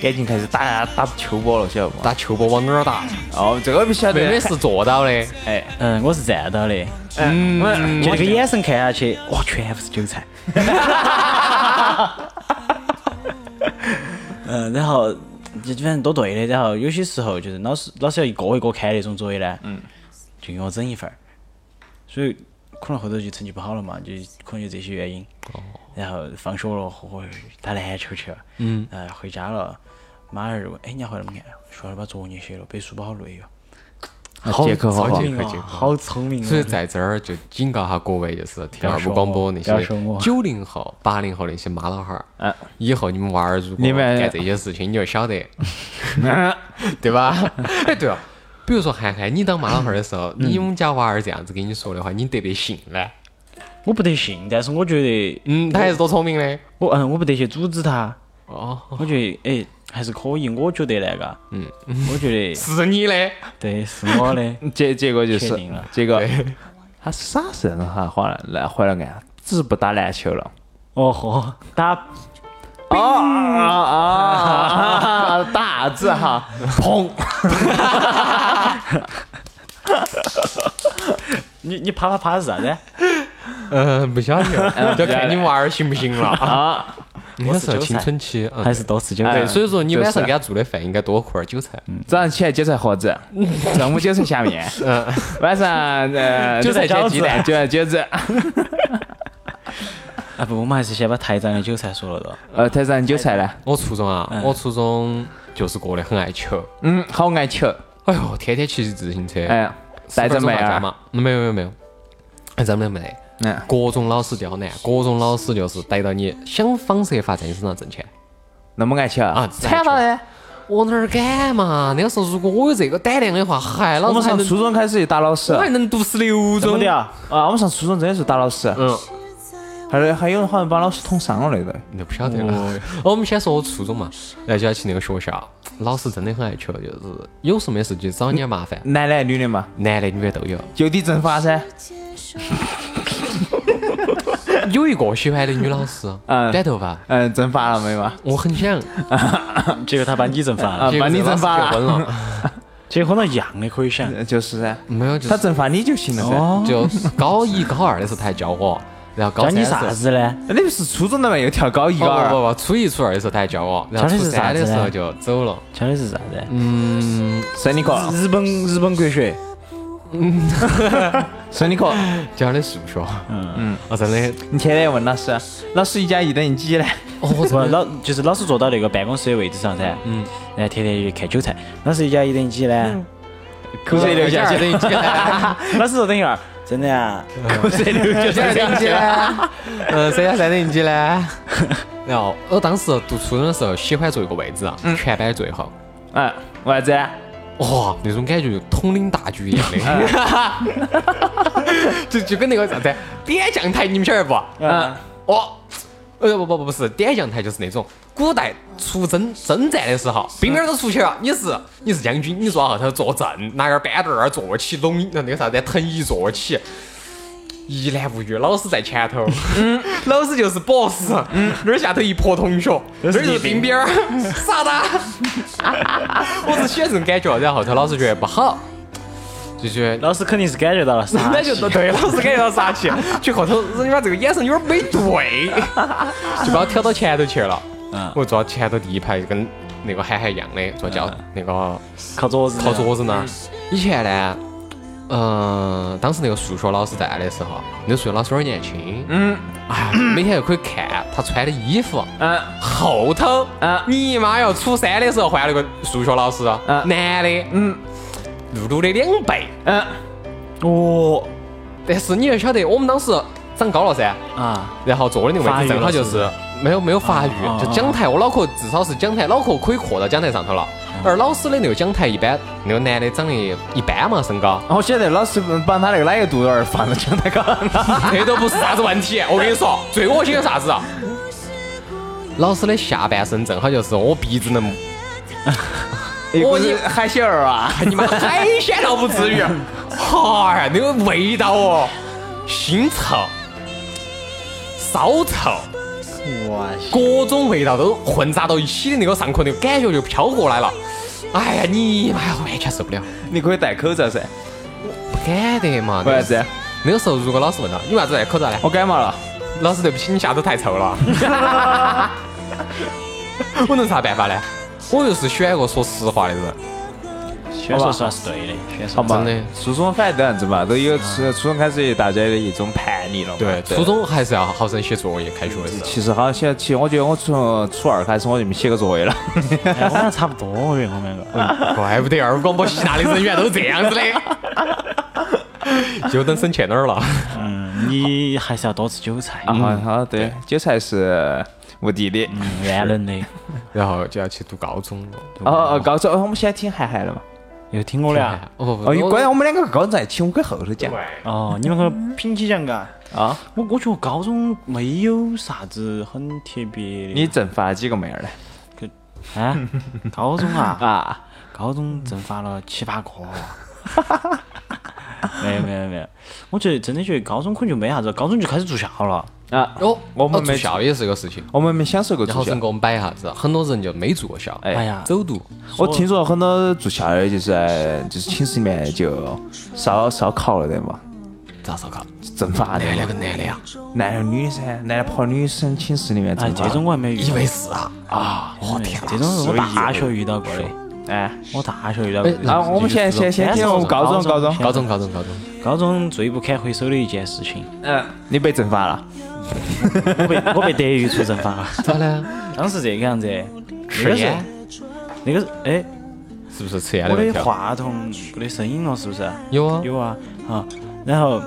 [SPEAKER 4] 眼睛开始打打秋波了，晓得不？
[SPEAKER 2] 打球不往哪儿打？
[SPEAKER 4] 哦，这个不晓得。
[SPEAKER 2] 妹妹是坐到的，
[SPEAKER 4] 哎，
[SPEAKER 3] 嗯，我是站到的，
[SPEAKER 4] 嗯，我
[SPEAKER 3] 就那个眼神看下去，哇，全部是韭菜。嗯，然后就反正都对的，然后有些时候就是老师老师要一个一个看那种作业呢，嗯，就给我整一份儿，所以可能后头就成绩不好了嘛，就可能就这些原因。然后放学了，嚯，打篮球去了，嗯，呃，回家了，妈儿问，哎，你要回来没看？学校把作业写了，背书包好累哟。
[SPEAKER 4] 好杰克好
[SPEAKER 2] 好
[SPEAKER 4] 好
[SPEAKER 2] 杰
[SPEAKER 3] 聪明
[SPEAKER 2] 克
[SPEAKER 3] 啊
[SPEAKER 2] 杰克
[SPEAKER 3] 好聪明啊！
[SPEAKER 2] 所以在这儿就警告下各位，就是听
[SPEAKER 3] 要
[SPEAKER 2] 二部
[SPEAKER 3] 说
[SPEAKER 2] 广
[SPEAKER 3] 我
[SPEAKER 2] 播那
[SPEAKER 3] 不要
[SPEAKER 2] 些
[SPEAKER 3] 说我
[SPEAKER 2] 九零后、八零后那些妈老汉
[SPEAKER 4] 嗯
[SPEAKER 2] 儿，以后你们娃儿如果
[SPEAKER 4] 你们
[SPEAKER 2] 干这些事情，你就晓得，对吧？哎，对了，比如说涵涵，你当妈老汉儿的时候，你们家娃儿这样子跟你说的话，你得不得信呢？
[SPEAKER 3] 我不得信，但是我觉得
[SPEAKER 2] 嗯，他还是多聪明的。
[SPEAKER 3] 我嗯，我不得去阻止他，
[SPEAKER 2] 哦，
[SPEAKER 3] 我觉得哎还是可以，我觉得那个，嗯，我觉得
[SPEAKER 2] 是你的，
[SPEAKER 3] 对，是我的，
[SPEAKER 4] 嗯结结果就是
[SPEAKER 3] 确定了
[SPEAKER 4] 结果，他是啥时候让他换了来回来干？只是不打篮球了。
[SPEAKER 3] 哦豁，打
[SPEAKER 4] 啊啊！打字哈，砰！
[SPEAKER 3] 你你啪啪啪是啥子？
[SPEAKER 2] 嗯，不晓得，就看你娃儿行不行了啊。那时候青春期，嗯
[SPEAKER 3] 还是多吃韭
[SPEAKER 4] 哎
[SPEAKER 3] 菜
[SPEAKER 2] 对，？所以说你
[SPEAKER 4] 就是
[SPEAKER 2] 晚上给他做的饭应该多扣点儿韭菜，
[SPEAKER 4] 早上起来韭菜 盒子，中午韭菜下面，晚上 呃
[SPEAKER 2] 韭菜
[SPEAKER 4] 煎鸡蛋，
[SPEAKER 2] 饺
[SPEAKER 4] 韭菜饺子。
[SPEAKER 3] 啊不，我们还是先把台长的韭菜说了的。
[SPEAKER 4] 呃，台上韭菜呢？
[SPEAKER 2] 我初中啊，我初中就是过得很爱球，
[SPEAKER 4] 嗯，好爱球。
[SPEAKER 2] 哎呦，天天骑自行车，
[SPEAKER 4] 哎，带着妹儿。
[SPEAKER 2] 嘛，没有没有没有，哎真的没得。
[SPEAKER 4] 嗯，
[SPEAKER 2] 各种老师刁难，各种老师就是逮到你，想方设法在你身上挣钱
[SPEAKER 4] 那么爱球
[SPEAKER 2] 啊！
[SPEAKER 4] 啊？
[SPEAKER 2] 惨了嘞！我哪儿敢嘛？那个时候如果我有这个胆量的话，嗨，
[SPEAKER 4] 我
[SPEAKER 2] 老子
[SPEAKER 4] 们
[SPEAKER 2] 还
[SPEAKER 4] 上
[SPEAKER 2] 能
[SPEAKER 4] 初中开始就打老师
[SPEAKER 2] 我，还能读十六
[SPEAKER 4] 怎么
[SPEAKER 2] 中
[SPEAKER 4] 的。啊？啊，我们上初中真的是打老师，啊
[SPEAKER 2] 嗯，
[SPEAKER 4] 还有还有人好像把老师捅伤了那个。
[SPEAKER 2] 那不晓得
[SPEAKER 4] 哦
[SPEAKER 2] 了。哦我们先说我初中嘛，然后就要去那个学校，老师真的很爱求，就是有事没事就找你点麻烦，
[SPEAKER 4] 男的女的嘛，
[SPEAKER 2] 男的女的都有。
[SPEAKER 4] 就地正法噻。
[SPEAKER 2] 有一个喜欢的女老师，
[SPEAKER 4] 嗯
[SPEAKER 2] 短头发，
[SPEAKER 4] 嗯，正法了没嘛？
[SPEAKER 2] 我很想，
[SPEAKER 3] 结果他把你整烦
[SPEAKER 4] 啊
[SPEAKER 3] 了，
[SPEAKER 2] 结果
[SPEAKER 4] 把你
[SPEAKER 2] 这个老
[SPEAKER 4] 整
[SPEAKER 2] 师
[SPEAKER 4] 反了
[SPEAKER 2] 结婚了，
[SPEAKER 3] 结婚了一样的可以想。
[SPEAKER 4] 呃 就是噻，
[SPEAKER 2] 没有，就
[SPEAKER 4] 他
[SPEAKER 2] 是
[SPEAKER 4] 正法你就行了
[SPEAKER 2] 哦
[SPEAKER 4] 噻。
[SPEAKER 2] 就是高一高二的时候他还教我，然后高
[SPEAKER 3] 教
[SPEAKER 2] 三
[SPEAKER 3] 你
[SPEAKER 2] 的时
[SPEAKER 3] 啥
[SPEAKER 2] 候。
[SPEAKER 3] 子呢？
[SPEAKER 4] 那你不是初中的嘛？又跳高一
[SPEAKER 2] 不
[SPEAKER 4] 高
[SPEAKER 2] 不
[SPEAKER 4] 二，
[SPEAKER 2] 不不，初一初二的时候他还教我，然后
[SPEAKER 3] 教的
[SPEAKER 2] 初
[SPEAKER 3] 是啥
[SPEAKER 2] 三
[SPEAKER 3] 子
[SPEAKER 2] 的时候
[SPEAKER 3] 呢
[SPEAKER 2] 就走了。
[SPEAKER 3] 教的是啥子？
[SPEAKER 2] 嗯，
[SPEAKER 4] 生理课，
[SPEAKER 3] 日本日本国学。
[SPEAKER 4] 生理课，
[SPEAKER 2] 教的数学。嗯嗯，我真的，
[SPEAKER 4] 你天天问老师，啊老师一加一等于几呢？
[SPEAKER 2] 哦，我
[SPEAKER 3] 不
[SPEAKER 2] 真的
[SPEAKER 3] 老就是老师坐到那个办公室的位置上噻，嗯，然后天天就看韭菜。老师一加一等于几呢？
[SPEAKER 4] 口水流下
[SPEAKER 2] 一
[SPEAKER 4] 去，
[SPEAKER 2] 等于几？
[SPEAKER 3] 老师说等一会儿，真的啊？
[SPEAKER 4] 口水流下去，
[SPEAKER 2] 三等于几呢？嗯，三加三等于几呢？然后我当时读初中的时候，喜欢坐一个位置啊，全班最后。
[SPEAKER 4] 嗯，为啥子啊？
[SPEAKER 2] 哇、那种感觉就统领大局一样的，就就跟那个啥子点将台，你们晓得不？
[SPEAKER 4] 嗯，
[SPEAKER 2] 哦，呃不不不不是点将台，就是那种古代出征征战的时候，兵儿都出去了，你是你是将军，你坐后头坐正，拿根板凳儿坐起，龙那个啥子藤椅坐起。一览无余，老师在前头， 老师就是 boss，那儿下头一坨同学，那儿就是冰冰儿， 啥的，我是喜欢这种感觉，然后后头老师觉得不好，就觉得
[SPEAKER 3] 老师肯定是感觉到了，啥
[SPEAKER 2] 那就对，老师感觉到杀 气，就后头人家这个眼神有 点没对，就把我挑到前头去了。我坐到前头第一排，就跟那个憨憨一样的坐轿那个
[SPEAKER 3] 靠桌子，
[SPEAKER 2] 靠桌子那儿。以前呢，嗯，当时那个数学老师在的时候，那个数学老师有点年轻，嗯，哎 呀，每天就可以看他穿的衣服，
[SPEAKER 4] 嗯
[SPEAKER 2] 后头，
[SPEAKER 4] 嗯
[SPEAKER 2] 你妈哟，初三的时候换了个数学老师，啊
[SPEAKER 4] 嗯
[SPEAKER 2] 男的，
[SPEAKER 4] 嗯
[SPEAKER 2] 露露的两倍，
[SPEAKER 4] 嗯，哦，，
[SPEAKER 2] 但是你要晓得，我们当时长高了噻，
[SPEAKER 3] 啊，
[SPEAKER 2] 然后坐的那个位置正好就
[SPEAKER 3] 发育
[SPEAKER 2] 是没有没有发育，
[SPEAKER 3] 啊啊
[SPEAKER 2] 就讲台，我脑壳至少是讲台，脑壳可以扩到讲台上头了。
[SPEAKER 3] 嗯
[SPEAKER 2] 而老师的那个讲台一般，那个男的长得一般嘛，身高
[SPEAKER 4] 哦我晓得老师把他那个奶油肚儿放到讲台高 了。
[SPEAKER 2] 这都不是啥子问题。我跟你说，最恶心的啥子啊？老师的下半身正好就是我鼻子能，
[SPEAKER 4] 我你海鲜儿啊，
[SPEAKER 2] 你妈海鲜倒不至于，哈呀，那个味道哦，腥臭、骚臭，
[SPEAKER 4] 哇塞，
[SPEAKER 2] 各种味道都混杂到一起的那个上课那个感觉就飘过来了。哎呀，你妈呀，完全受不了，
[SPEAKER 4] 你可以戴口罩噻，
[SPEAKER 2] 不敢得嘛。
[SPEAKER 4] 为啥子？
[SPEAKER 2] 那个时候如果老师问了，你为啥子戴口罩呢？
[SPEAKER 4] 我感冒了，
[SPEAKER 2] 老师对不起，你下头太臭 了。我能啥办法呢？我就是喜欢一个说实话的人。
[SPEAKER 3] 先说实话是对的，先说
[SPEAKER 4] 好嘛
[SPEAKER 2] 真的，
[SPEAKER 4] 初中反正都这样子嘛，都有初初中开始大家的一种叛逆了嘛。
[SPEAKER 2] 初中还是要好生写作业，开学的时候。
[SPEAKER 4] 其实好像，其实我觉得我从初二开始我就没写过作业了。
[SPEAKER 3] 哎我们俩差不多，我觉得我们两个。
[SPEAKER 2] 哦怪不得二广播吸纳的人员都这样子的，就等省去哪儿了。
[SPEAKER 3] 嗯，你还是要多吃韭菜，
[SPEAKER 4] 啊，好好，对，韭菜是无敌的。
[SPEAKER 3] 嗯万能的。
[SPEAKER 2] 然后就要去读高中了。
[SPEAKER 4] 哦哦，高中，哦我们现在听韩寒了嘛？
[SPEAKER 3] 又听我的 啊？
[SPEAKER 2] 哦不
[SPEAKER 4] 哦，有
[SPEAKER 2] 不，
[SPEAKER 4] 关键我们两个高中在一起，我们可以后头讲
[SPEAKER 3] 哦，你们可品起讲嘎。
[SPEAKER 4] 啊。
[SPEAKER 3] 我我觉得高中没有啥子很特别的。
[SPEAKER 4] 你正发几个妹儿呢？
[SPEAKER 3] 啊，高中 啊，
[SPEAKER 4] 啊，
[SPEAKER 3] 高中蒸发了七八个。 没有没有没有，我觉得真的觉得高中可能就没啥子，高中就开始住校了。
[SPEAKER 4] 啊，
[SPEAKER 2] 哦，
[SPEAKER 4] 我们
[SPEAKER 2] 哦
[SPEAKER 4] 没
[SPEAKER 2] 住校也是一个事情。
[SPEAKER 4] 我们没享受过
[SPEAKER 2] 然
[SPEAKER 4] 住
[SPEAKER 2] 后
[SPEAKER 4] 校
[SPEAKER 2] 生。给我们摆一下子，很多人就没住过校，啊
[SPEAKER 4] 哎
[SPEAKER 3] 哎呀，
[SPEAKER 2] 走读。
[SPEAKER 4] 我听说很多住校的，就是就是寝室里面就烧烧烤了的嘛，
[SPEAKER 2] 咋烧烤？
[SPEAKER 4] 正发的
[SPEAKER 2] 男的跟男的呀？
[SPEAKER 4] 男的女的噻，男的跑女生寝室里面
[SPEAKER 3] 哎，
[SPEAKER 4] 正发。
[SPEAKER 3] 这种我还没遇
[SPEAKER 2] 以
[SPEAKER 3] 到
[SPEAKER 2] 为是啊。
[SPEAKER 3] 啊！
[SPEAKER 4] 哦
[SPEAKER 3] 我天，这种是我大学遇到过的，
[SPEAKER 4] 哎，
[SPEAKER 3] 我大学遇到过的。
[SPEAKER 4] 啊，我们先先先听我们高中高中，
[SPEAKER 2] 高中，高中，高中。
[SPEAKER 3] 高中最不堪回首的一件事情，
[SPEAKER 4] 嗯，你被正发了。
[SPEAKER 3] 我被我被德育处蒸发了。
[SPEAKER 2] 咋了？
[SPEAKER 3] 当时这个样子，
[SPEAKER 2] 吃烟？
[SPEAKER 3] 那个是哎，
[SPEAKER 2] 是不是吃烟
[SPEAKER 3] 我
[SPEAKER 2] 的问题
[SPEAKER 3] 的
[SPEAKER 2] 啊？
[SPEAKER 3] 话筒没得声音了，是不是？
[SPEAKER 2] 有啊，
[SPEAKER 3] 有啊，啊，然后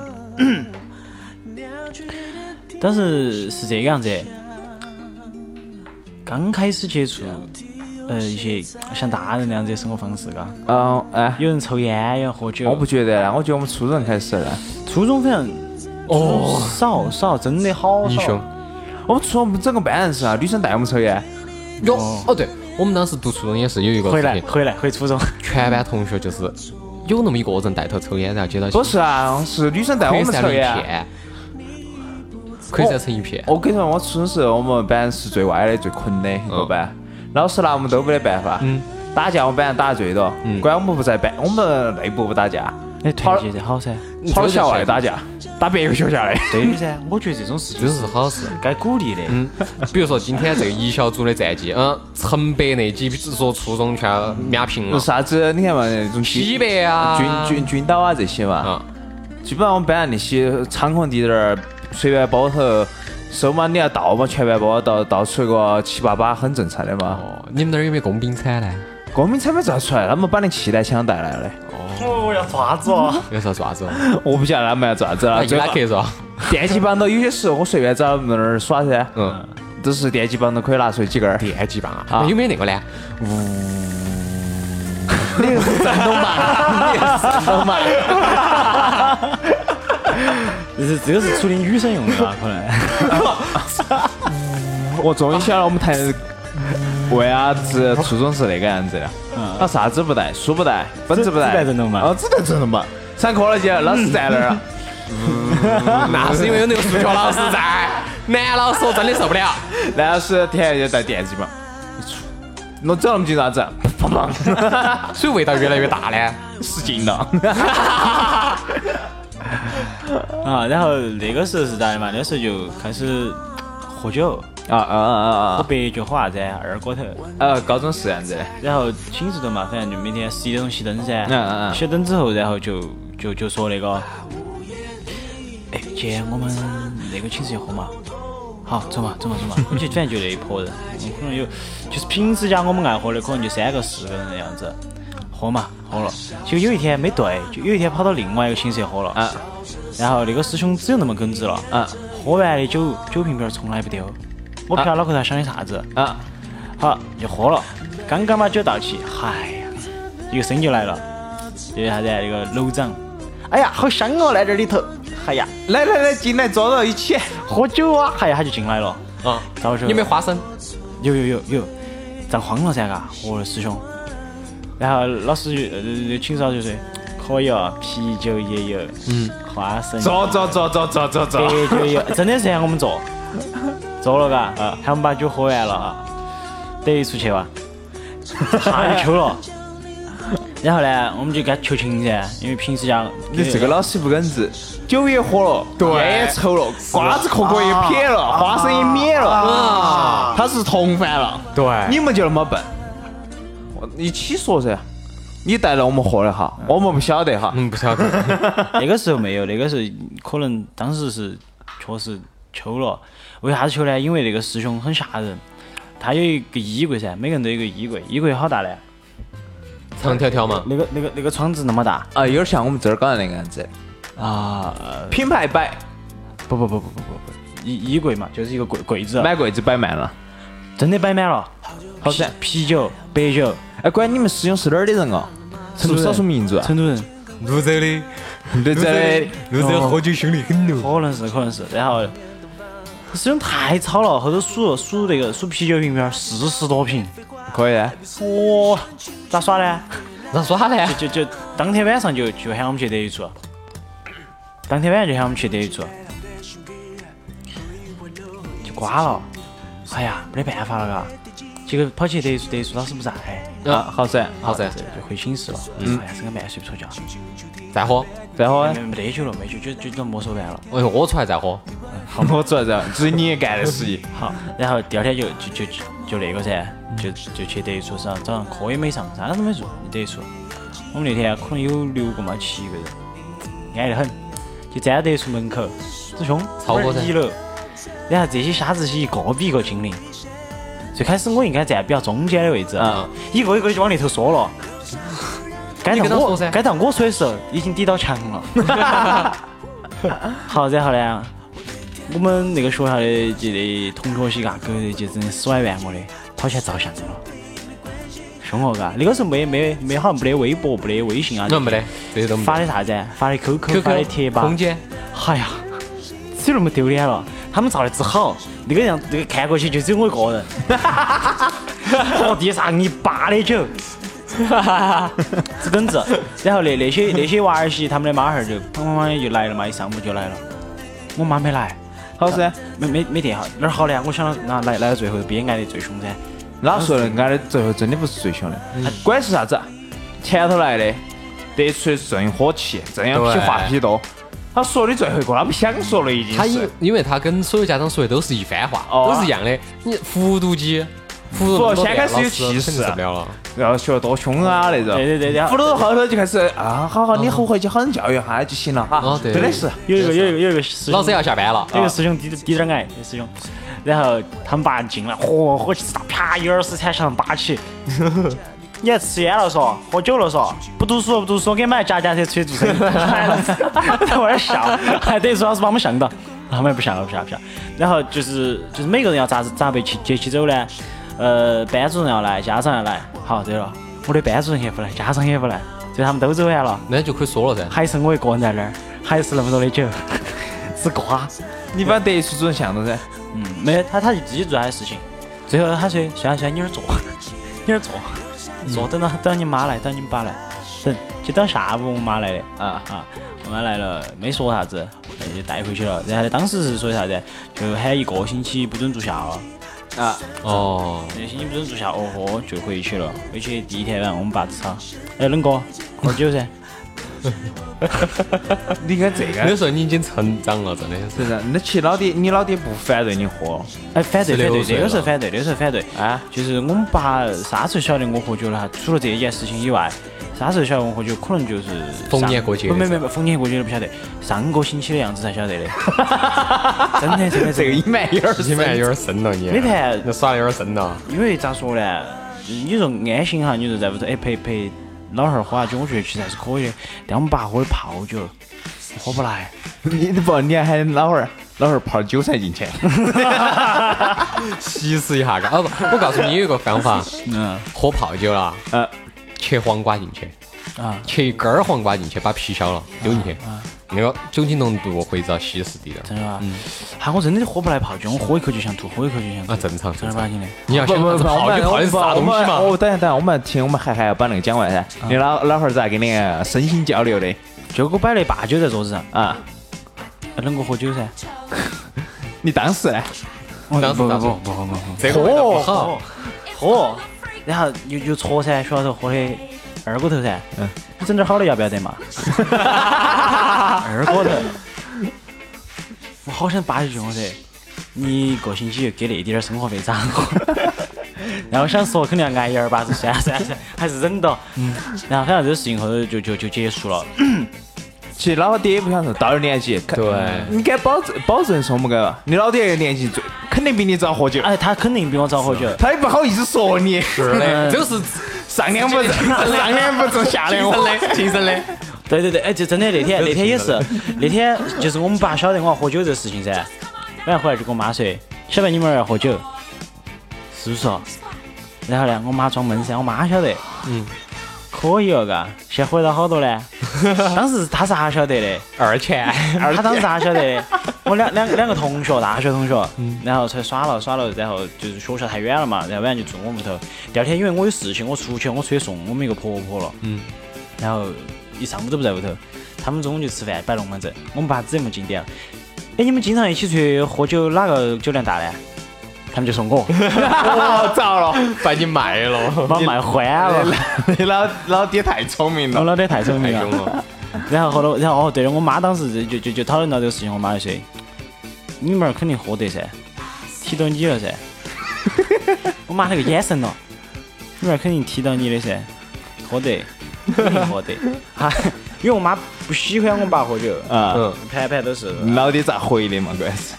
[SPEAKER 3] 当时是这个样子，刚开始接触，呃，一些像大人那样子的生活方式，嘎，
[SPEAKER 4] 嗯，哎，
[SPEAKER 3] 有人抽烟，有人喝酒。
[SPEAKER 4] 我不觉得，我觉得我们初中开始的，
[SPEAKER 3] 哦初中反正哦少少，真的好
[SPEAKER 2] 英雄
[SPEAKER 3] 少。。
[SPEAKER 4] 我们初中我们整个班人是啊，女生带我们抽烟，
[SPEAKER 2] 有哦，对，我们当时读初中也是有一个
[SPEAKER 3] 回
[SPEAKER 2] 事
[SPEAKER 3] 来
[SPEAKER 2] 情，
[SPEAKER 3] 回来回初中，
[SPEAKER 2] 全班同学就是有那么一个人带头抽烟，然后接到
[SPEAKER 4] 不是啊，是女生带我
[SPEAKER 2] 溃
[SPEAKER 4] 们
[SPEAKER 2] 散
[SPEAKER 4] 抽
[SPEAKER 2] 了一
[SPEAKER 4] 烟。
[SPEAKER 2] 片，溃散成一片。
[SPEAKER 4] 我跟你说，我初中时候我们班是最歪的、最困的一个班，老师拿我们都没得办法。嗯。打架我们班人打得最多，管我们不在班，我们内部不打架，
[SPEAKER 3] 哎，团结得好噻，
[SPEAKER 4] 跑到校外打架，打别个学校的。
[SPEAKER 3] 对的噻。我觉得这种事
[SPEAKER 2] 这
[SPEAKER 3] 情
[SPEAKER 2] 是好事，
[SPEAKER 3] 该鼓励的。
[SPEAKER 2] 嗯，比如说今天这个一小组的战绩，嗯，城北那几所初中全满平了，
[SPEAKER 4] 啥子？你看嘛，那种
[SPEAKER 2] 西北啊，
[SPEAKER 4] 军军军刀啊这些嘛，
[SPEAKER 2] 啊，
[SPEAKER 4] 基本上我们班那些场控地点儿，随便包头收嘛，你要倒嘛，全班包倒倒出个七八把，很正常的嘛。
[SPEAKER 2] 哦，你们那儿有没有工兵铲呢？
[SPEAKER 4] 光明产没咋出来，他们把那气弹枪带来 了。
[SPEAKER 3] 哦，要爪子哦。
[SPEAKER 2] 有啥爪子哦？
[SPEAKER 4] 我不晓得他们要咋子
[SPEAKER 2] 那
[SPEAKER 4] 了。
[SPEAKER 2] 伊拉克是吧？
[SPEAKER 4] 电击棒头有些时候我随便找那儿耍噻，嗯，都是电击棒头可以拿出几根 儿。
[SPEAKER 2] 电击棒啊，那有没有那个呢？
[SPEAKER 3] 这是这个是处理女生用的 吧？可能。
[SPEAKER 4] 我终于晓得我们谈为啥子初中啊是那个样子的。他啥子不带，书不带，本子不嗯带，
[SPEAKER 3] 纸带震动嘛
[SPEAKER 4] 哦，纸带震动嘛。上课了就老师站那 儿了，啊
[SPEAKER 2] 那是因为有那个数学老师在，男老师我真的受不了。
[SPEAKER 4] 男老师天天就带电击棒，一杵弄走那么近啥子？砰砰，
[SPEAKER 2] 所以味道越来越大呢。
[SPEAKER 4] 失禁了。
[SPEAKER 3] 啊，然后那个时候是咋的嘛？那时候就开始喝酒，
[SPEAKER 4] 啊啊啊啊
[SPEAKER 3] 喝
[SPEAKER 4] 啊！
[SPEAKER 3] 白酒喝啥子？二锅头。
[SPEAKER 4] 呃，高中是这样子的，
[SPEAKER 3] 然后寝室头嘛，反正就每天十一点钟熄灯噻。
[SPEAKER 4] 嗯嗯嗯
[SPEAKER 3] 熄灯之后，然后就就就说那个，哎姐，我们那个寝室要喝嘛？好，走嘛走嘛走嘛。 我们就反正就那一拨人，我们可能有，就是平时讲我们爱喝的，可能就三个四个人的样子。喝嘛，喝了。结果有一天没对，就有一天跑到另外一个寝室喝了。
[SPEAKER 4] 啊
[SPEAKER 3] 然后那个师兄只有那么耿直了。
[SPEAKER 4] 啊
[SPEAKER 3] 喝完的酒酒瓶瓶儿从来不丢。我
[SPEAKER 4] 嗯
[SPEAKER 3] 不晓得脑壳头想的啥子。
[SPEAKER 4] 啊！
[SPEAKER 3] 好，就喝了。刚刚把酒倒起，嗨呀，一个声就来了，就是啥子啊那个楼长，哎呀，好香哦，来这里头，哎呀，
[SPEAKER 4] 来来来，进来坐到一起。
[SPEAKER 3] 喝酒啊，哎呀，他就进来了，
[SPEAKER 2] 啊，
[SPEAKER 3] 咋回事？
[SPEAKER 2] 有没有花生？
[SPEAKER 3] 有有有有，涨慌了噻，嘎，我的师兄。然后老师就呃秦少就说，可以哦，啤酒也有，嗯，花生，
[SPEAKER 4] 坐坐坐坐坐坐
[SPEAKER 3] 白
[SPEAKER 4] 坐。
[SPEAKER 3] 酒也有， 真的是喊我们坐，坐了嘎，啊，喊我们把酒喝完了啊，得出去哇，太糗 了。然后呢，我们就给他求情噻，因为平时讲
[SPEAKER 4] 你这个老师不耿直，酒也喝了，烟也抽了，瓜子壳壳也撇了，花生也免了，啊，他是同犯了。
[SPEAKER 2] 对
[SPEAKER 4] 你们就那么笨，哎我一起说噻。你带了我们喝的哈，我们不晓得哈。
[SPEAKER 2] 嗯，不晓 得。
[SPEAKER 3] 那个时候没有，那个时候可能当时是确实糗了。为啥子糗呢？因为那个师兄很吓人，他有一个衣柜噻，每个人都有一个衣柜，衣柜好大呢？
[SPEAKER 2] 长条条嘛，
[SPEAKER 3] 那个那个那个窗子那么大
[SPEAKER 4] 啊，有点像我们这儿刚才那个样子，
[SPEAKER 3] 啊？呃
[SPEAKER 4] 品牌摆，
[SPEAKER 3] 不不不不不不不，衣衣柜嘛，就是一个柜柜子，啊
[SPEAKER 4] 满柜子摆满了。
[SPEAKER 3] 真的摆满了，
[SPEAKER 4] 好噻
[SPEAKER 3] 啤酒、白酒。
[SPEAKER 4] 哎，关于你们师兄是哪儿的人哦？成都少数民族啊？
[SPEAKER 3] 成都人，
[SPEAKER 2] 泸州的，
[SPEAKER 4] 对
[SPEAKER 2] 泸州
[SPEAKER 4] 对
[SPEAKER 2] 的，，泸州喝酒凶得很哦。
[SPEAKER 3] 可能是可能是。然后师兄太吵了，后头数数那个数啤酒瓶瓶儿四十多瓶，
[SPEAKER 4] 可以啊。
[SPEAKER 3] 哦，咋耍呢？
[SPEAKER 2] 咋耍呢？
[SPEAKER 3] 就就就当天晚上就就喊我们去德语组，当天晚上就喊我们去德语组，就瓜了。哎呀，没得办法了嘎。结果跑去德语组，德语组老师不在，
[SPEAKER 4] 啊，好噻，
[SPEAKER 2] 好噻，
[SPEAKER 3] 就回寝室了。嗯，哎呀，整个半睡不着觉。
[SPEAKER 2] 再喝。
[SPEAKER 4] 然后呢
[SPEAKER 3] 没？没得酒了，没酒就就就没手办了。
[SPEAKER 2] 哎呦，我出来再喝。
[SPEAKER 4] 我主要这这是你干的事情。
[SPEAKER 3] 好，然后第二天就就就就就那个噻，就就去德育处上，早上课也没上，啥都没做，德育处。我们那天啊可能有六个嘛，七个人，安得很，就站在德育处门口，师兄，
[SPEAKER 2] 超过
[SPEAKER 3] 这儿一楼。然后这些瞎子些一个比一个精灵。最开始我应该站比较中间的位置，
[SPEAKER 4] 嗯
[SPEAKER 3] 一个一个就往里头缩了。该
[SPEAKER 2] 啊你跟
[SPEAKER 3] 到
[SPEAKER 2] 他
[SPEAKER 3] 我
[SPEAKER 2] 说噻
[SPEAKER 3] 该到我说的时候，已经抵到墙了。 好，然后啊呢，我们那个学校的这的同学些嘎，狗的就真的死歪怨我的，跑起来照相了，凶哦嘎。那个时候没没没好像没得微博，没得微信啊，
[SPEAKER 2] 那没得，这些都没
[SPEAKER 3] 发
[SPEAKER 2] 得。
[SPEAKER 3] 的啥子啊？发的 QQ，发的贴
[SPEAKER 2] QQ
[SPEAKER 3] 吧，
[SPEAKER 2] 空间，
[SPEAKER 3] 哎呀，只有那么丢脸了。他们照的之好，那个样那个看过去就只有我一个人， 我地上一扒的酒，这耿直。然后那那些那些娃儿些他们的妈儿就砰砰砰就来了嘛，一上午就来了。我妈没来，
[SPEAKER 4] 好噻，
[SPEAKER 3] 没没没电哈，哪儿好呢？我想到那来来到最后憋挨得最凶噻。
[SPEAKER 4] 哪说的？俺的最后真的不是最凶的，关键是啥子？啊前头来的，得出的正火气，正要批
[SPEAKER 2] 对
[SPEAKER 4] 话批多。他说的最后一个，他不想说了，已经
[SPEAKER 2] 他因
[SPEAKER 4] 是。
[SPEAKER 2] 因为他跟所有家长说的都是一番话，
[SPEAKER 4] 哦
[SPEAKER 2] 都是一样的。你复读机，复读
[SPEAKER 4] 说
[SPEAKER 2] 那么多
[SPEAKER 4] 先开始
[SPEAKER 2] 遍老
[SPEAKER 4] 有气
[SPEAKER 2] 师肯定
[SPEAKER 4] 势
[SPEAKER 2] 受不了了。
[SPEAKER 4] 然后学得多凶啊那种。
[SPEAKER 3] 对对对对，然后
[SPEAKER 4] 辅导后头就开始啊，好好，你好回去好生教育哈就行了哈
[SPEAKER 2] 哦。对
[SPEAKER 4] 真的是，
[SPEAKER 3] 有一个有一个有一个师兄
[SPEAKER 2] 老师要下班了，
[SPEAKER 3] 这个师兄滴滴点儿矮，这师兄，然后他们爸进来，嚯，火气大，啪一耳屎才向上扒起。你还吃烟了嗦，喝酒了嗦，不读书了不读书，我给你买家家车出去读书。在外儿笑，还等于说老师把我们吓到，他们也不笑了不笑了不笑了。然后就是就是每个人要咋子咋被接接起走呢？呃，班主任要来，家长要来。好，对了，我的班主任也不来，家长也不来，所以他们都走完了，
[SPEAKER 2] 那就可以说了噻。
[SPEAKER 3] 还是我一个人在那儿，还是那么多的酒，是瓜。
[SPEAKER 4] 你把德育处主任像到噻。
[SPEAKER 3] 嗯没有，他他就自己做他的事情。最后他说：“算了算了，你那儿坐， 你那儿坐，坐等到等你妈来，等你爸来，等就等下午我妈来的
[SPEAKER 4] 啊
[SPEAKER 3] 啊，我妈来了没说啥子，那就带回去了。然后当时是说啥子，就喊一个星期不准住校了，
[SPEAKER 4] 啊，
[SPEAKER 2] 哦，
[SPEAKER 3] 那个星期不准住校，哦豁就回去了。回去第一天晚上我们爸吃啥？哎，冷哥，喝酒噻，
[SPEAKER 4] 你看这
[SPEAKER 2] 那
[SPEAKER 4] 个，
[SPEAKER 2] 时候你已经成长了，真的是。
[SPEAKER 4] 是的，那其实老爹，你老爹不反对你 喝，
[SPEAKER 3] 哎，反对反对，
[SPEAKER 2] 16岁
[SPEAKER 3] 那个时候
[SPEAKER 2] 了
[SPEAKER 3] 反对，那个时候反对啊！就是我们爸啥时候晓得我喝酒了哈？除了这一件事情以外，啥时候晓得我喝酒？可能就是
[SPEAKER 2] 逢
[SPEAKER 3] 上
[SPEAKER 2] 年过节
[SPEAKER 3] 不没没没，逢年过节都不晓得，上个星期的样子才 晓得的。真的真的
[SPEAKER 4] 这
[SPEAKER 3] 这
[SPEAKER 4] 个
[SPEAKER 3] 个，
[SPEAKER 4] 隐瞒有点儿深
[SPEAKER 2] 你们有点深了，你
[SPEAKER 3] 没谈
[SPEAKER 2] 那耍的有点深了。
[SPEAKER 3] 因为咋说呢？你说安心哈，你说在屋头哎陪陪老汉儿喝下酒，我觉得其实还是可以的。但我们爸喝的泡酒，喝不来。
[SPEAKER 4] 你不，你还喊老汉儿，老汉儿泡韭菜进去，
[SPEAKER 2] 稀释一下，嘎。哦不，我告诉你有一个方法，
[SPEAKER 3] 嗯
[SPEAKER 2] 喝泡酒了，
[SPEAKER 4] 呃，
[SPEAKER 2] 切黄瓜进去，
[SPEAKER 3] 啊，
[SPEAKER 2] 切一根儿黄瓜进去，把皮削了丢进去，那个酒精浓度会遭稀释滴点
[SPEAKER 3] 真
[SPEAKER 2] 儿。
[SPEAKER 3] 的吧？哈，我真的喝不来泡酒，我喝一口就想吐，喝一口就想吐。
[SPEAKER 2] 啊，正常正
[SPEAKER 3] 正儿
[SPEAKER 2] 常
[SPEAKER 3] 八。经的。
[SPEAKER 2] 你要
[SPEAKER 4] 不
[SPEAKER 2] 想
[SPEAKER 4] 不不，
[SPEAKER 2] 泡酒泡的是啥东西嘛？
[SPEAKER 4] 哦，等一下等一下，我们听我们还还要把那个讲完噻。你老老汉儿咋跟你个身心交流的
[SPEAKER 3] 就给我摆了一把酒在桌子上，
[SPEAKER 4] 啊？
[SPEAKER 3] 能够喝酒噻。
[SPEAKER 4] 你当时呢？
[SPEAKER 3] 我
[SPEAKER 2] 当时
[SPEAKER 3] 不
[SPEAKER 2] 咋
[SPEAKER 3] 不
[SPEAKER 2] 说
[SPEAKER 3] 不不不不
[SPEAKER 2] 这个味道不好，
[SPEAKER 3] 喝，然后又又戳噻，小时候喝的二锅头噻。
[SPEAKER 4] 嗯
[SPEAKER 3] 你整点好的要不要得 嘛？二锅头，我好想扒一句我噻，你一个星期就给那点儿生活费咋个？ 然后想说肯定要挨一二巴子，算了算了，算了还是忍到。然后反正这个事情后头就就就结束了。
[SPEAKER 4] 其实老爹也不想说到了年纪，肯
[SPEAKER 2] 对
[SPEAKER 4] 你敢保证保证说么个？你老爹年纪最肯定比你早喝酒，
[SPEAKER 3] 哎，他肯定比我早喝酒。
[SPEAKER 4] 他也不好意思说你
[SPEAKER 2] 是的，这个是
[SPEAKER 4] 上两不正，上 两不正下
[SPEAKER 2] 亲
[SPEAKER 4] 两不
[SPEAKER 2] 生的，亲生的。
[SPEAKER 3] 对对对，哎，就真的那 天那天也是，那天就是我们爸晓得我要喝酒这事情噻，晚上回来就跟我妈说，小白你们儿要喝酒，是不是哦？然后呢，我妈装闷噻，我妈晓得，嗯，可以哦，嘎，现在回到好多 呢。当时她啥晓得的？
[SPEAKER 2] 二钱，
[SPEAKER 3] 他当时咋晓得的？我两两两个同学，大学同学，然后才耍了耍了，然后就是学校太远了嘛，然后晚上就住我们屋头。第二天因为我有事情，我出去，我出去送我们一个婆婆了，
[SPEAKER 2] 嗯
[SPEAKER 3] 然后一上午都不在屋头。他们中午就吃饭，摆龙门阵。我们爸指这么经典了，哎，你们经常一起出去喝酒，哪个酒量大呢？他们就说 我，
[SPEAKER 4] 哦，糟了，
[SPEAKER 2] 把你卖了，
[SPEAKER 3] 把我卖欢了。
[SPEAKER 4] 你老老爹太聪明
[SPEAKER 3] 我
[SPEAKER 4] 了，
[SPEAKER 3] 老爹太聪
[SPEAKER 2] 太
[SPEAKER 4] 哎
[SPEAKER 3] 明
[SPEAKER 2] 凶
[SPEAKER 3] 了。
[SPEAKER 2] 了。
[SPEAKER 3] 然后后头，然后哦，对了，我妈当时就就就就讨论到这个事情，我妈就说：“你们儿肯定喝得噻，提到你了 噻。”我妈那个眼神咯，你们儿肯定提到你的噻，喝得，肯定喝 得。哈，因为我妈不喜欢我爸喝酒，
[SPEAKER 4] 啊。
[SPEAKER 2] 嗯，
[SPEAKER 3] 盘盘都是。
[SPEAKER 4] 老爹咋回的嘛？关键是，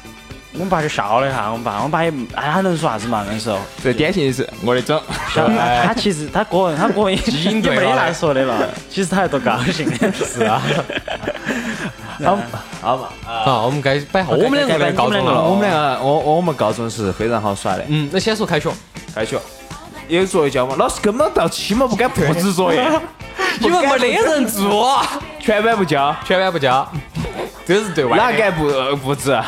[SPEAKER 3] 我们爸就笑了一下，我们爸，我爸也哎，他能说啥子嘛？那时候，
[SPEAKER 4] 这典型是我的种，
[SPEAKER 3] 晓得他他其实他个人他个人
[SPEAKER 2] 基因
[SPEAKER 3] 也
[SPEAKER 2] 对
[SPEAKER 3] 没
[SPEAKER 2] 了
[SPEAKER 3] 得啥说的 了，其实他还多高兴的。是 啊，
[SPEAKER 4] 好嘛，
[SPEAKER 2] 啊好，我们该摆哦我们两个的高中了。
[SPEAKER 4] 我们两个，我我们高中是非常好耍的，
[SPEAKER 2] 嗯，那先说开学，
[SPEAKER 4] 开学有作业交嘛，老师根本到期末不敢布置作业，
[SPEAKER 2] 因为没得人做，啊
[SPEAKER 4] 全班不交，
[SPEAKER 2] 全班不交，这是对
[SPEAKER 4] 哪
[SPEAKER 2] 外的。
[SPEAKER 4] 敢布布置？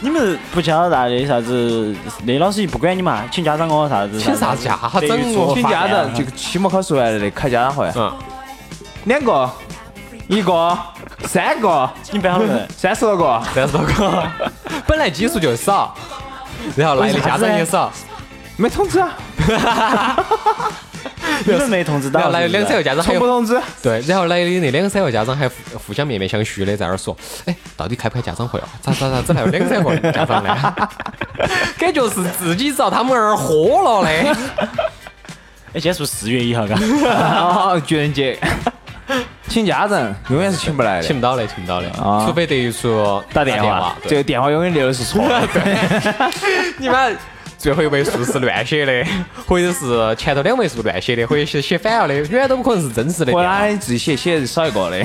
[SPEAKER 3] 你们不交那的啥子，那老师就不管你嘛，请家长哦啥子。
[SPEAKER 2] 请啥
[SPEAKER 3] 子？
[SPEAKER 2] 家长哦？
[SPEAKER 4] 请家长，就期末考试完了的开家长会，
[SPEAKER 2] 嗯，
[SPEAKER 4] 两个，一个，三个，
[SPEAKER 3] 你不要 问，
[SPEAKER 4] 三十多个，
[SPEAKER 2] 三十多 个，本来基数就少，然后来的家长也少，
[SPEAKER 4] 没通知啊，
[SPEAKER 3] 你们没通知
[SPEAKER 2] 然
[SPEAKER 3] 到。
[SPEAKER 2] 后来的两三个家长还
[SPEAKER 4] 从不
[SPEAKER 2] 有
[SPEAKER 4] 通知？
[SPEAKER 2] 对，然后来的那两三个家长还互互相面面相觑的在那儿说，哎，到底开不开家长会哦？咋咋咋，只来了两三个家长呢？ 感觉是自己遭他们儿喝了 嘞。
[SPEAKER 3] 哎，今天是不是四月 一号？嘎，
[SPEAKER 4] 啊，愚人节， 请家长永远是请不来的
[SPEAKER 2] 请。不到的，请不到的，
[SPEAKER 4] 啊
[SPEAKER 2] 除非特殊
[SPEAKER 4] 打电话
[SPEAKER 2] 话，，
[SPEAKER 4] 这个电话永远留的是错 的。
[SPEAKER 2] 你们最后一位数是乱写的，或者是前头两位数乱写的，或者是写反了的，永远都不可能是真 实的电
[SPEAKER 4] 我
[SPEAKER 2] 话。
[SPEAKER 4] 哪里自己写写的少一个的？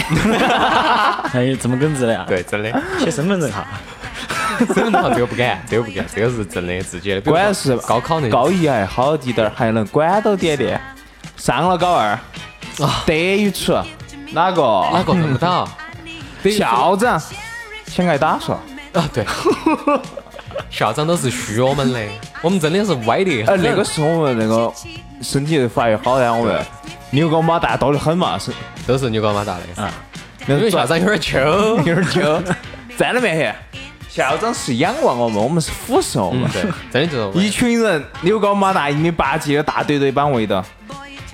[SPEAKER 3] 还有哎这么耿直的呀？，
[SPEAKER 2] 对，真的，
[SPEAKER 3] 写身份证 号。
[SPEAKER 2] 真的这个不敢，这个不敢，这个是真的自己的。 比如说
[SPEAKER 4] 关键是
[SPEAKER 2] 高考那
[SPEAKER 4] 高一还好滴点儿，还能管到点点。上了高二，德语出啊哪
[SPEAKER 2] 哪
[SPEAKER 4] 个
[SPEAKER 2] 个啊弄不到？等于说
[SPEAKER 4] 校长想挨打嗦？
[SPEAKER 2] 啊， 对，校长都是虚我们的，我们真的是歪的。嗯
[SPEAKER 4] 呃，那个是我们那个身体发育好的，我们牛高马大多得很嘛，是
[SPEAKER 2] 都是牛高马大的，
[SPEAKER 4] 那
[SPEAKER 2] 因为
[SPEAKER 4] 个
[SPEAKER 2] 校长有点秋。
[SPEAKER 4] 有点揪， 站到面前，校长是仰望我们，我们是俯视我
[SPEAKER 2] 嗯
[SPEAKER 4] 们，，
[SPEAKER 2] 对，真的就是
[SPEAKER 4] 一群人牛高马大，一米八几的大堆堆把我围到，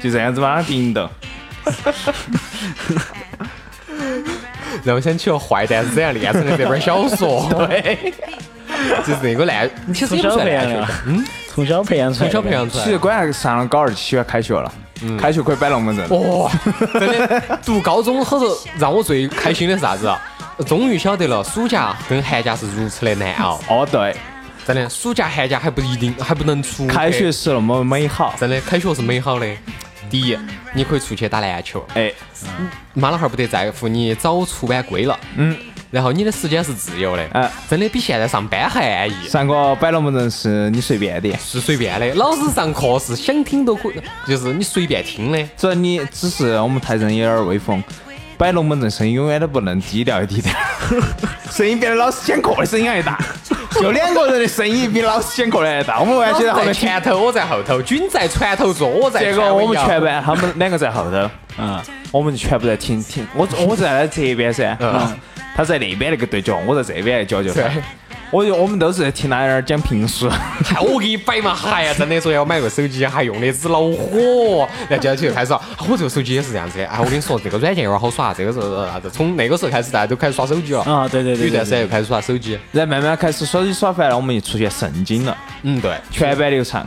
[SPEAKER 4] 就这样子把他盯到。
[SPEAKER 2] 让我想起了《坏蛋是怎样炼成的》这本小说， 对，就是那个烂，其实
[SPEAKER 3] 从
[SPEAKER 2] 也不
[SPEAKER 3] 小
[SPEAKER 2] 算
[SPEAKER 3] 培养
[SPEAKER 2] 烂学
[SPEAKER 3] 的
[SPEAKER 2] 生，，
[SPEAKER 3] 嗯，从小培养出来
[SPEAKER 2] 从小
[SPEAKER 3] 的，
[SPEAKER 2] 培养出
[SPEAKER 4] 其
[SPEAKER 2] 来
[SPEAKER 4] 实
[SPEAKER 2] 的。
[SPEAKER 4] 关键上了高二就喜欢开学了，开学可以摆龙门阵。
[SPEAKER 2] 哇、真的，读高中后头让我最开心的是啥子啊？终于晓得了暑假跟寒假是如此的难熬，
[SPEAKER 4] 哦，对，
[SPEAKER 2] 真的，暑假寒假还不一定还不能出去
[SPEAKER 4] 开学是那么美好。
[SPEAKER 2] 真的开学是美好的。第一，你可以出去打篮球，
[SPEAKER 4] 哎，
[SPEAKER 2] 妈老汉儿不得在乎你早出晚归了，嗯，然后你的时间是自由的，
[SPEAKER 4] 嗯
[SPEAKER 2] 真的比现在上班还安逸，
[SPEAKER 4] 上个摆龙门阵是你随便的，
[SPEAKER 2] 是随便的。老师上课是想听都可以，就是你随便听的。
[SPEAKER 4] 只要你只是我们台人有点威风，摆龙门阵声音永远都不能低调一低调， 声音比老师讲课的声音还大，就两个人的声音比老师讲课的还大。我们完
[SPEAKER 2] 老师在
[SPEAKER 4] 全在后面听，
[SPEAKER 2] 前头，我在后头；君在船头坐，我在
[SPEAKER 4] 结果
[SPEAKER 2] 船尾
[SPEAKER 4] 我们
[SPEAKER 2] 摇
[SPEAKER 4] 全班他们两个在后头，嗯，我们就全部在听听，我我在这边噻，嗯，他在那边那个对角，我在这边角角噻
[SPEAKER 2] 对。
[SPEAKER 4] 我就我们都是在听他在那儿讲评书，
[SPEAKER 2] 嗨，我给你摆嘛，嗨呀，真的，所以我买个手机还用的纸恼火。然后接下去就开始，啊我这个手机也是这样子的。哎，我跟你说，这个软件有点好耍，这个是啥子？从那个时候开始，大家都开始耍手机了。
[SPEAKER 3] 啊，对对
[SPEAKER 2] 有
[SPEAKER 3] 对
[SPEAKER 2] 一
[SPEAKER 3] 对
[SPEAKER 2] 段时间
[SPEAKER 3] 对，
[SPEAKER 2] 又开始耍手机。
[SPEAKER 4] 然后慢慢开始耍起耍烦了，我们就出现圣经了，
[SPEAKER 2] 嗯，对，
[SPEAKER 4] 全班流畅，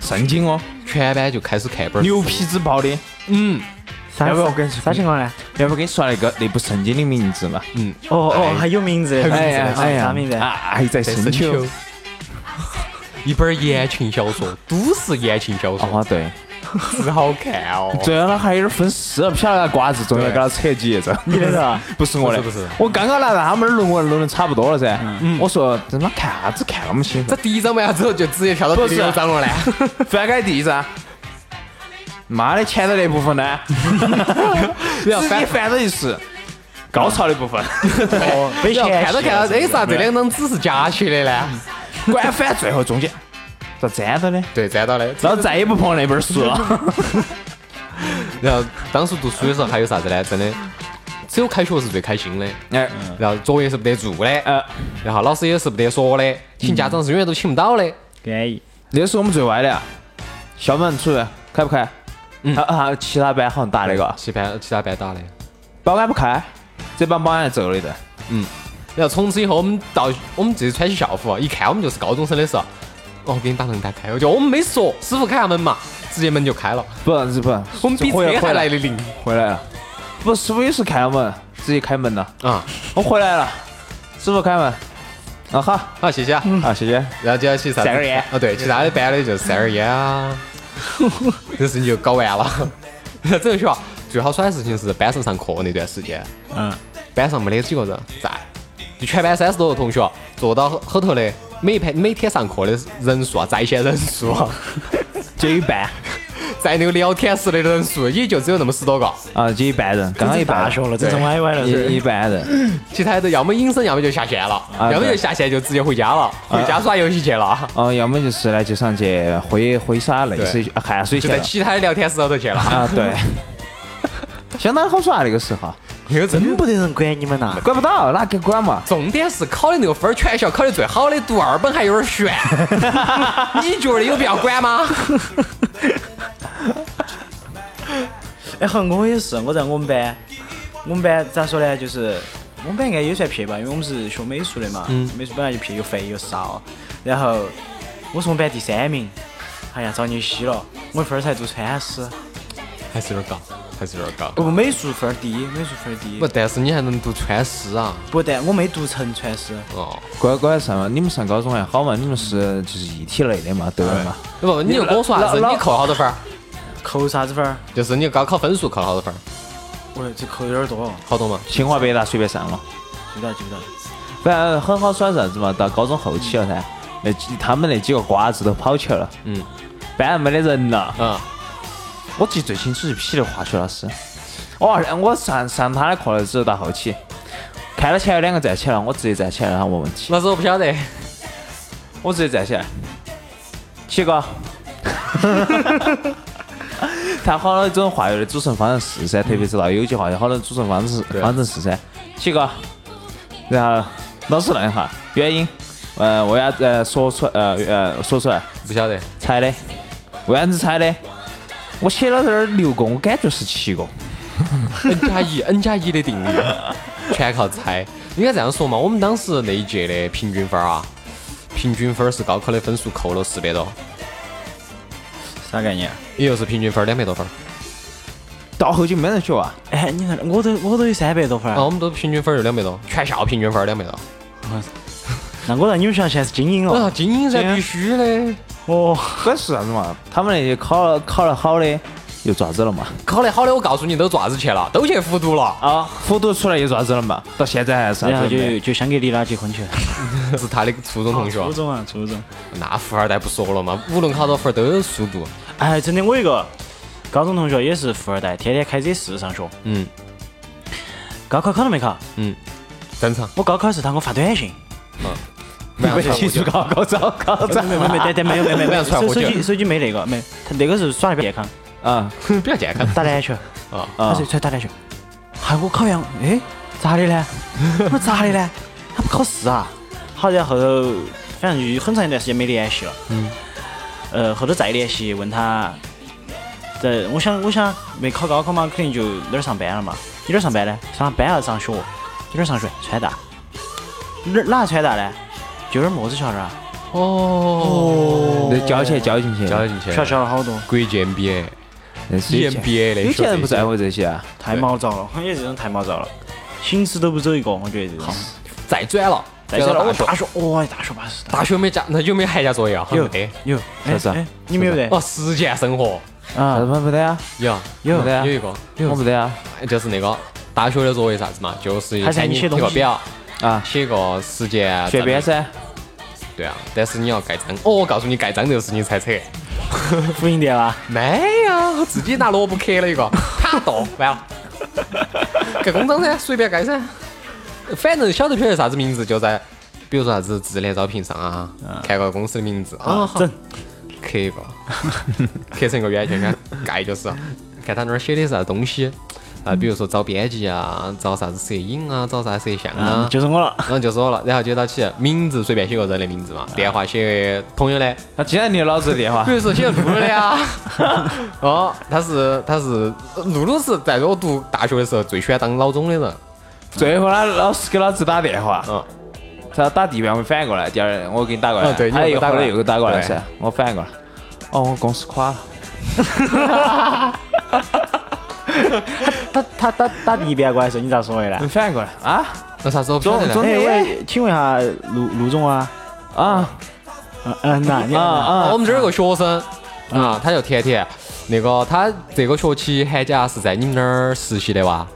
[SPEAKER 4] 圣经哦，
[SPEAKER 2] 全班就开始看本儿
[SPEAKER 4] 牛皮纸包的。
[SPEAKER 2] 嗯，
[SPEAKER 3] 啥
[SPEAKER 4] 要不要我跟你说
[SPEAKER 3] 啥情
[SPEAKER 2] 哎
[SPEAKER 3] 况呢？
[SPEAKER 4] 要不给你说那个那部圣经的名字嘛？
[SPEAKER 3] 哦哦，还有名字，啊
[SPEAKER 4] 哎呀哎呀，
[SPEAKER 3] 啥名
[SPEAKER 2] 啊
[SPEAKER 3] 字？
[SPEAKER 4] 爱在
[SPEAKER 2] 在
[SPEAKER 4] 深
[SPEAKER 2] 深
[SPEAKER 4] 秋
[SPEAKER 2] 秋。。一本言情小说，都市言情小说，
[SPEAKER 4] 哦，对，
[SPEAKER 2] 是好看 哦。
[SPEAKER 4] 最后他还有点分尸，不晓得他瓜子，终于给他扯几这。
[SPEAKER 3] 你的是吧？
[SPEAKER 4] 不是我的，
[SPEAKER 2] 不是不嗯是
[SPEAKER 4] 我刚刚拿到他们那儿论文论的差不多了噻。我说他妈看啥子看那么兴
[SPEAKER 2] 这
[SPEAKER 4] 奋？
[SPEAKER 2] 第一章完了之后，就直接跳到
[SPEAKER 4] 不
[SPEAKER 2] 第
[SPEAKER 4] 是
[SPEAKER 2] 六章 了呢。
[SPEAKER 4] 翻开啊第一张，妈的，前头那部分呢？
[SPEAKER 2] 不要
[SPEAKER 4] 自
[SPEAKER 2] 翻
[SPEAKER 4] 己翻到一次，高潮的部分，
[SPEAKER 3] 哦，没
[SPEAKER 2] 然后
[SPEAKER 3] 钱，
[SPEAKER 2] 看到看到，哎，啥这两张纸是夹起的呢？
[SPEAKER 4] 管翻最后中间，咋粘到的？
[SPEAKER 2] 对，粘到的。
[SPEAKER 4] 然后再也不碰那本书了。
[SPEAKER 2] 然后当时读书的时候还有啥子呢？真的，只有开学是最开心的。
[SPEAKER 4] 哎，
[SPEAKER 2] 然后作业是不得做的，
[SPEAKER 4] 呃，
[SPEAKER 2] 然后老师也是不得说的，请家长是永远都请不到的。
[SPEAKER 3] 安逸，
[SPEAKER 4] 那是我们最歪的啊。校门出来开不开？嗯，啊，其他班好像打那个
[SPEAKER 2] 其班其他班打的。
[SPEAKER 4] 保安不开，这帮保安还揍了一顿。
[SPEAKER 2] 然后从此以后，我们到我们自己穿起校服，啊一看我们就是高中生的时候，哦，给你把门打开，我就我们没说，师傅开下门嘛，直接门就开了，
[SPEAKER 4] 不是不是，
[SPEAKER 2] 我们比
[SPEAKER 4] 回
[SPEAKER 2] 车还
[SPEAKER 4] 来回
[SPEAKER 2] 来
[SPEAKER 4] 来
[SPEAKER 2] 的灵
[SPEAKER 4] 回来了。不，师傅也是开了门，直接开门了。
[SPEAKER 2] 啊！
[SPEAKER 4] 我回来了，师傅开门。啊好，
[SPEAKER 2] 好，谢谢啊。
[SPEAKER 4] 啊谢谢。
[SPEAKER 2] 然后就要去啥子？
[SPEAKER 4] 散根烟
[SPEAKER 2] 哦，对，其他的班的就是散根烟啊，这事情就搞完了。这个学校最好耍的事情是班上上课那段时间，
[SPEAKER 3] 嗯，
[SPEAKER 2] 班上没得几个人在，就全班三十多个同学坐到后后头的，每一排每天上课的人数啊，在线人数啊，
[SPEAKER 4] 就一半
[SPEAKER 2] 在那个聊天室的人数也就只有那么十多个，
[SPEAKER 4] 啊，就一半人，刚刚一
[SPEAKER 3] 大
[SPEAKER 4] 半
[SPEAKER 3] 学
[SPEAKER 4] 人，
[SPEAKER 3] 了，真是歪歪了，
[SPEAKER 4] 一一
[SPEAKER 3] 是。
[SPEAKER 4] 半人。
[SPEAKER 2] 其他的要么隐身，要么就下线了，
[SPEAKER 4] 啊
[SPEAKER 2] 要么就
[SPEAKER 4] 对啊
[SPEAKER 2] 下线就直接回家了，回家耍游戏去了，
[SPEAKER 4] 哦，要么就是来就上去挥挥洒泪水、啊汗水
[SPEAKER 2] 就
[SPEAKER 4] 去
[SPEAKER 2] 在
[SPEAKER 4] 了。
[SPEAKER 2] 其他的聊天室里头去了，
[SPEAKER 4] 啊，对，相当好耍那个时候，
[SPEAKER 2] 那个真的
[SPEAKER 3] 真不得人管你们呐！
[SPEAKER 4] 管不到，哪给管嘛？
[SPEAKER 2] 重点是考的那个分儿，全校考的最好的，读二本还有点 悬，你觉得有必要管吗？
[SPEAKER 3] 哎，好，我也是，我在我们班，我们班咋说呢？就是我们班应该也算撇吧，因为我们是学美术的嘛，美术本来就撇，又肥又少。然后我是我们班第三名，哎呀，遭你吸了，我分儿才读川师，
[SPEAKER 2] 还是有点高，还是有点高。
[SPEAKER 3] 不，美术分儿低，美术分儿低
[SPEAKER 2] 哦不，。但是你还能读川师啊？
[SPEAKER 3] 不但我没读成川师，
[SPEAKER 2] 哦，
[SPEAKER 4] 乖乖上嘛，你们上高中还好嘛？你们是就是一体类的嘛，对的嘛？
[SPEAKER 2] 不，你就跟我说啥子？
[SPEAKER 4] 老
[SPEAKER 2] 你扣了好多分儿？
[SPEAKER 3] 扣啥子分儿？
[SPEAKER 2] 就是你高考分数扣了好多分儿？
[SPEAKER 3] 我这扣有点多，
[SPEAKER 2] 好多嘛？
[SPEAKER 4] 清华北大随便上嘛。
[SPEAKER 3] 记不到记不到。
[SPEAKER 4] 反正很好耍啥子嘛，到高中后期了噻，那几他们那几个瓜子都跑去了，
[SPEAKER 2] 嗯，
[SPEAKER 4] 班上没得人了。
[SPEAKER 2] 嗯，
[SPEAKER 4] 我记得最清楚是批的化学老师，我我上上他的课了之后到后期，看到前有两个站起来了，我直接站起来让他问问题，
[SPEAKER 2] 老师我不晓得。
[SPEAKER 4] 我直接站起来，七哥。 他好多种化学的组成方程式噻，特别是到有机化学，好多组成方程式
[SPEAKER 2] 对
[SPEAKER 4] 方程式噻。七哥，然后老师问一下原因，呃，为啥子呃说出呃呃说出来？
[SPEAKER 2] 不晓得，
[SPEAKER 4] 猜的，为啥子猜的？我写了这儿六个，我感觉是七个。
[SPEAKER 2] n 加一 n 加一的定律， 全靠猜。应该这样说嘛，我们当时那一届的平均分儿啊，平均分儿是高考的分数扣了四百多，
[SPEAKER 4] 啥概念？
[SPEAKER 2] 也就是平均分两百多分儿。
[SPEAKER 4] 到后就没人 学啊？
[SPEAKER 3] 哎，你看我都我都有三百多分儿
[SPEAKER 2] 啊，我们都平均分儿就两百多，全校平均分儿两百多。
[SPEAKER 3] 那我在你们学校现在是精英
[SPEAKER 2] 啊，
[SPEAKER 3] 了。
[SPEAKER 2] 精英噻，必须的。
[SPEAKER 3] 哦，
[SPEAKER 4] 关是啥子嘛？他们那些考考得好的又咋子了嘛？
[SPEAKER 2] 考得好的，我告诉你都爪子去了，都去复读 了，
[SPEAKER 4] 啊，复读出来又咋子了嘛？到现在还是啥
[SPEAKER 3] 然后
[SPEAKER 4] 子都没
[SPEAKER 3] 就就相给你俩结婚去了。
[SPEAKER 2] 是他的哦初中同学。
[SPEAKER 3] 初中啊，初中。
[SPEAKER 2] 那富二代不说了嘛，无论考多分儿都有速度。
[SPEAKER 3] 哎，真的，我有一个高中同学也是富二代，天天开 Z 四上学，
[SPEAKER 2] 嗯
[SPEAKER 3] 高考考都没考。
[SPEAKER 2] 嗯，正常。
[SPEAKER 3] 我高考的时候他给我发短信，
[SPEAKER 2] 晚上
[SPEAKER 4] 清楚
[SPEAKER 2] 传过去
[SPEAKER 4] 高高招高招
[SPEAKER 3] 没没没没，但但没有没有没有没有，
[SPEAKER 2] 晚上传
[SPEAKER 3] 手
[SPEAKER 2] 过
[SPEAKER 3] 手
[SPEAKER 2] 去
[SPEAKER 3] 机手机没那个没，他那个时候耍的健康，
[SPEAKER 4] 啊
[SPEAKER 2] 比较健康
[SPEAKER 3] 打篮球，
[SPEAKER 2] 啊。
[SPEAKER 3] 他
[SPEAKER 4] 啊
[SPEAKER 3] 说！出来打篮球，还我考杨，哎，咋的 呢？我说咋的呢？他不考试啊？好，然后反正就很长一段时间没联系了。嗯。呃，后头再联系，问他，这我想我想没考高考嘛，肯定就哪儿上班了嘛？你哪儿上班呢？上班还是上学？你哪儿上学？川大。哪儿哪川大呢？就那儿墨子桥那儿啊。
[SPEAKER 2] 哦，
[SPEAKER 4] 那交钱交进去，
[SPEAKER 2] 加进去。
[SPEAKER 3] 学校好多，
[SPEAKER 2] 国际 MBA、
[SPEAKER 4] 那是有钱
[SPEAKER 2] EMBA 的学
[SPEAKER 4] 有钱人
[SPEAKER 2] 费
[SPEAKER 4] 不在乎这些啊。
[SPEAKER 3] 太毛躁了，我 觉得这种太毛躁了，形式都不走一个，我觉得这种。
[SPEAKER 2] 再转了，
[SPEAKER 3] 再说了，
[SPEAKER 2] 转
[SPEAKER 3] 我
[SPEAKER 2] 到大
[SPEAKER 3] 大
[SPEAKER 2] 学，
[SPEAKER 3] 学，哇，大学巴适。
[SPEAKER 2] 大学没加，那有没有寒假作业啊？好像
[SPEAKER 3] 有
[SPEAKER 2] 没得。
[SPEAKER 3] 有，哎
[SPEAKER 4] 啥子啊
[SPEAKER 3] 哎，你们有得？
[SPEAKER 2] 哦，实践生活
[SPEAKER 4] 啥子
[SPEAKER 3] 啊，
[SPEAKER 4] 嘛没得啊？
[SPEAKER 2] 有
[SPEAKER 3] 有
[SPEAKER 4] 没得啊
[SPEAKER 2] 有一个，
[SPEAKER 4] 我没得啊
[SPEAKER 2] 就是那个大学的作业啥子嘛，就是
[SPEAKER 3] 还是
[SPEAKER 2] 喊
[SPEAKER 3] 你
[SPEAKER 2] 你
[SPEAKER 3] 写
[SPEAKER 2] 填
[SPEAKER 3] 东
[SPEAKER 2] 个
[SPEAKER 3] 西
[SPEAKER 2] 表，
[SPEAKER 4] 啊！
[SPEAKER 2] 写个实践
[SPEAKER 4] 学编
[SPEAKER 2] 噻。
[SPEAKER 4] 噻，
[SPEAKER 2] 对啊，但是你要盖章。哦，我告诉你，盖章这个事情才扯。
[SPEAKER 3] 复印店啦，
[SPEAKER 2] 没有，我自己拿萝卜刻了一个，啪 剁完了。盖公章噻，随便盖噻，反正晓得晓得啥子名字就在，比如说啥子智联招聘上啊，看个公司的名字啊，好
[SPEAKER 3] 整
[SPEAKER 2] 刻 一个，刻成一个圆圈圈，盖就是，看他那儿写的是啥东西啊，比如说招编辑啊，招啥子摄影啊，招啥摄像啊
[SPEAKER 3] 嗯，就是我了。
[SPEAKER 2] 然后就说了，然后接到起名字随便写个人的名字嘛，电话写朋友的，
[SPEAKER 4] 他竟然留老子的电话
[SPEAKER 2] 比如说写露露的呀， 哦，他是他是露露是在我读大学的时候最喜欢当老总的人，
[SPEAKER 4] 最后他老师给老子打电话，
[SPEAKER 2] 嗯，
[SPEAKER 4] 他打地板没反应过来，第二我给你打过来，
[SPEAKER 2] 哦对
[SPEAKER 4] 他
[SPEAKER 2] 你
[SPEAKER 4] 又
[SPEAKER 2] 又给我打
[SPEAKER 4] 后
[SPEAKER 2] 过
[SPEAKER 4] 来
[SPEAKER 2] 来
[SPEAKER 4] 又给我打过来
[SPEAKER 2] 对
[SPEAKER 4] 噻，我反应过来，哦，我公司垮了，
[SPEAKER 3] 他他打打第一遍过来的时候，你咋说的
[SPEAKER 4] 没
[SPEAKER 3] 呢？
[SPEAKER 4] 反应过来啊
[SPEAKER 2] 那啥时候晓得
[SPEAKER 4] 总
[SPEAKER 2] 呢？
[SPEAKER 3] 哎，我请问一下陆陆总啊，
[SPEAKER 4] 啊
[SPEAKER 3] 嗯嗯呐，你
[SPEAKER 4] 啊
[SPEAKER 3] 啊，
[SPEAKER 2] 哦
[SPEAKER 4] 啊
[SPEAKER 2] 我！们这儿有个学生啊，他叫甜甜，那个他这个学期寒假是在你们那儿实习的哇？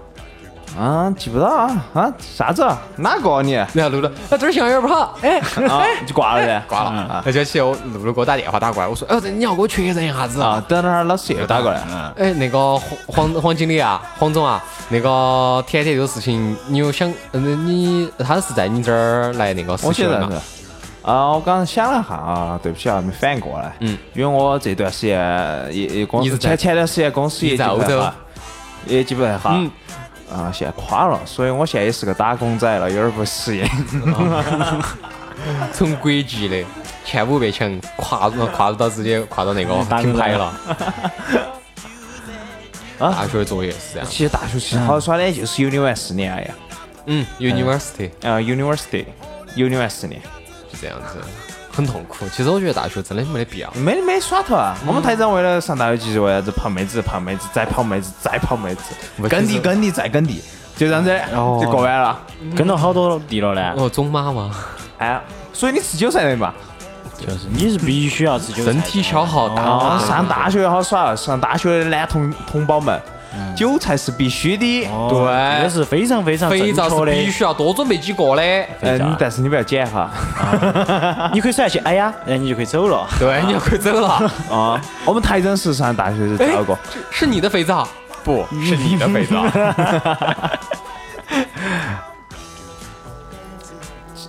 [SPEAKER 4] 啊，记不到啊啊，啥子啊？哪个啊你？
[SPEAKER 2] 然后露露，那这儿信号有点不好，哎，
[SPEAKER 4] 啊，就挂了噻，
[SPEAKER 2] 挂
[SPEAKER 4] 嗯
[SPEAKER 2] 了
[SPEAKER 4] 啊。
[SPEAKER 2] 那就起我露露给我打电话打过来，我说，哎，你要给我确认一下子啊
[SPEAKER 4] 啊，。等那儿老师又打过来，嗯，
[SPEAKER 2] 哎，那个黄黄黄经理啊，黄总啊，那个甜甜这个事情，你有想，嗯，你他是在你这儿来那个实
[SPEAKER 4] 我
[SPEAKER 2] 习
[SPEAKER 4] 现
[SPEAKER 2] 的
[SPEAKER 4] 在
[SPEAKER 2] 嘛？
[SPEAKER 4] 是。啊，我刚想了一下啊，对不起啊，没反应过来。
[SPEAKER 2] 嗯，
[SPEAKER 4] 因为我这段时间也也公
[SPEAKER 2] 一
[SPEAKER 4] 司
[SPEAKER 2] 直在
[SPEAKER 4] 前前段时间公司
[SPEAKER 2] 一
[SPEAKER 4] 业绩
[SPEAKER 2] 直在
[SPEAKER 4] 不太
[SPEAKER 2] 欧洲
[SPEAKER 4] 好，业绩不太好
[SPEAKER 2] 嗯，
[SPEAKER 4] 啊，现在垮了，所以我现在也是个打工仔了，有点不适应。
[SPEAKER 2] 从国际的前五百强跨入跨入到直接跨到那个
[SPEAKER 4] 嗯
[SPEAKER 3] 大
[SPEAKER 2] 品
[SPEAKER 3] 品
[SPEAKER 2] 牌
[SPEAKER 3] 牌
[SPEAKER 2] 了。
[SPEAKER 4] 啊
[SPEAKER 2] 大学的作业是这样，
[SPEAKER 4] 其实大学其实好耍的就是有你玩四年而已，
[SPEAKER 2] 嗯，university
[SPEAKER 4] 啊，university，有你玩四年，
[SPEAKER 2] 就这样子，很痛苦。其实我觉得大学真的没得必要。
[SPEAKER 4] 没没耍头啊！我们台长为了上大学，就是为了子泡妹子、泡妹子、再泡妹子、再泡妹子，耕地、耕地、再耕地，就这样子
[SPEAKER 3] 哦
[SPEAKER 4] 就过完了。
[SPEAKER 3] 跟了好多地了呢。
[SPEAKER 2] 哦，种马嘛，
[SPEAKER 4] 哎，所以你持久战的嘛，
[SPEAKER 3] 就是你是必须要吃韭菜
[SPEAKER 2] 身体消耗大。
[SPEAKER 4] 啊，上大学好耍了，上大学的男同同胞们，韭菜是必须的，
[SPEAKER 3] 哦
[SPEAKER 2] 对
[SPEAKER 3] 这个是非常非常
[SPEAKER 2] 肥皂
[SPEAKER 3] 正
[SPEAKER 2] 是
[SPEAKER 3] 确
[SPEAKER 2] 必须要多准备几个的。
[SPEAKER 3] 肥
[SPEAKER 4] 嗯
[SPEAKER 3] 皂，
[SPEAKER 4] 但是你不要剪哈，
[SPEAKER 3] 的。你可以甩下去，哎呀，然后你就可以走了。
[SPEAKER 2] 对，你要可以哎走了。
[SPEAKER 4] 啊， 我们台长是上大学是找过，
[SPEAKER 2] 是你的肥皂，不是你的肥皂。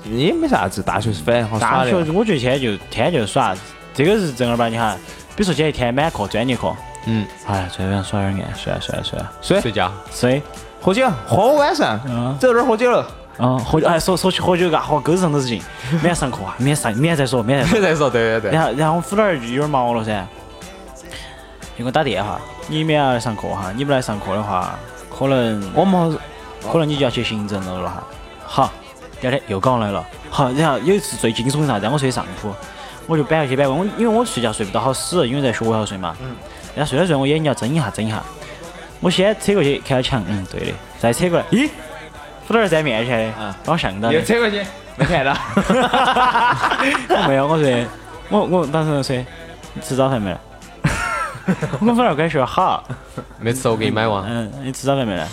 [SPEAKER 4] 也没啥子，大学是反正好耍
[SPEAKER 3] 大学
[SPEAKER 4] 的，
[SPEAKER 3] 我觉得现在就天天就耍，这个是正儿八经哈。比如说今天一天满课专业课，
[SPEAKER 2] 嗯，
[SPEAKER 3] 哎，昨天晚上耍点暗，算了算了算了，
[SPEAKER 4] 睡
[SPEAKER 2] 睡觉。
[SPEAKER 3] 睡。
[SPEAKER 4] 喝酒，喝晚上
[SPEAKER 3] 嗯，
[SPEAKER 4] 走这儿喝酒了，
[SPEAKER 3] 嗯，喝酒哎，说说起喝酒嘎，喝沟子上都是 劲。明天上课啊，明天上，明天再说，明天再说。
[SPEAKER 2] 再说， 对对对，
[SPEAKER 3] 然后，然后我辅导员就有点毛了�噻，就给我打电话，你明天要来上课哈，你不来上课的话，可能
[SPEAKER 4] 我们
[SPEAKER 3] 可能你就要去行政楼了哈。好，第二天又搞来了。好，然后有一次最惊悚的是啥子？我睡上铺，我就摆过去摆过去，我因为我睡觉睡不到好死，因为在学校睡嘛。嗯。然后睡着睡着，我眼睛要睁一下睁一下，我先扯过去看到墙，嗯，对的，再扯过来，咦，斧头儿在面前的，把我上到的
[SPEAKER 4] 嗯又。扯过去，没看到。
[SPEAKER 3] 我没有，我说，我我当时说，你吃早饭没？ 我跟斧头儿关系好。
[SPEAKER 2] 没吃我给你买完。
[SPEAKER 3] 嗯，你吃早饭没呢？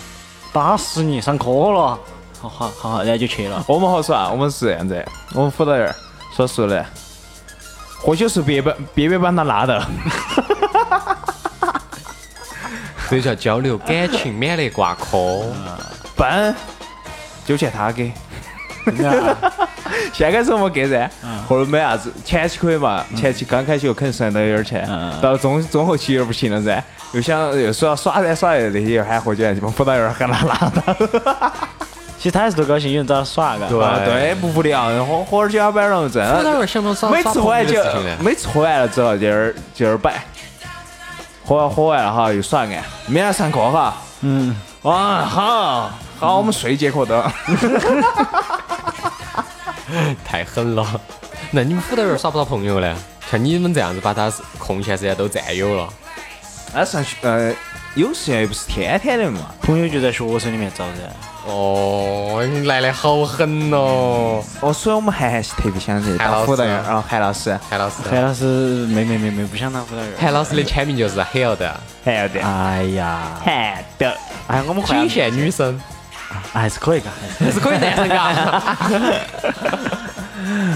[SPEAKER 3] 打死你，上课了。好好好好，然后就去 了。
[SPEAKER 4] 我们好耍，我们是这样子，我们辅导员儿说实的，或许是别班别班把他拉的，
[SPEAKER 2] 这叫交流感情，免得挂 科。
[SPEAKER 4] 笨，就钱他给。
[SPEAKER 3] 真的啊
[SPEAKER 4] 先开始我们给噻，
[SPEAKER 2] 嗯
[SPEAKER 4] 后头没啥子，前期可以嘛，前期刚开学肯定省到有点儿钱
[SPEAKER 3] 嗯嗯，
[SPEAKER 4] 到了中中后期有点儿不行了噻，又想又说要耍噻耍噻那些又喊喝酒，就把辅导员儿喊他拉的。
[SPEAKER 3] 其实他还是多高兴，有人找他耍嘎。
[SPEAKER 2] 对
[SPEAKER 4] 啊对，不无聊，喝喝点儿酒要摆然后真
[SPEAKER 2] 辅导
[SPEAKER 4] 的，
[SPEAKER 2] 员想到耍
[SPEAKER 4] 每次喝完酒
[SPEAKER 2] 耍朋友 的事情，呢
[SPEAKER 4] 每次喝完了之后就儿就儿摆，喝完喝完了哈又耍俺，明天上课哈，
[SPEAKER 3] 嗯，
[SPEAKER 4] 哇好好我们睡一节课都，
[SPEAKER 2] 太狠了。那你们辅导员耍不耍朋友呢？像你们这样子，把他空闲时间都占有了，
[SPEAKER 4] 那上学呃有时间又不是天天的嘛，
[SPEAKER 3] 朋友就在学生里面找噻。
[SPEAKER 2] 哦，你来的好狠哦，
[SPEAKER 4] 哦所以我们涵涵是特别想去
[SPEAKER 2] 韩老
[SPEAKER 4] 当
[SPEAKER 2] 师
[SPEAKER 4] 辅导员，然后哦韩老师。
[SPEAKER 2] 韩老师。
[SPEAKER 3] 韩老师没没没没不想当辅导员。
[SPEAKER 2] 韩老师的签名就是 “hell” 的，
[SPEAKER 4] 还的，
[SPEAKER 3] 哎呀，
[SPEAKER 4] 还的，
[SPEAKER 3] 哎，我们换
[SPEAKER 2] 仅限女生，
[SPEAKER 3] 还是可以嘎，还是
[SPEAKER 2] 还 是可以男生嘎。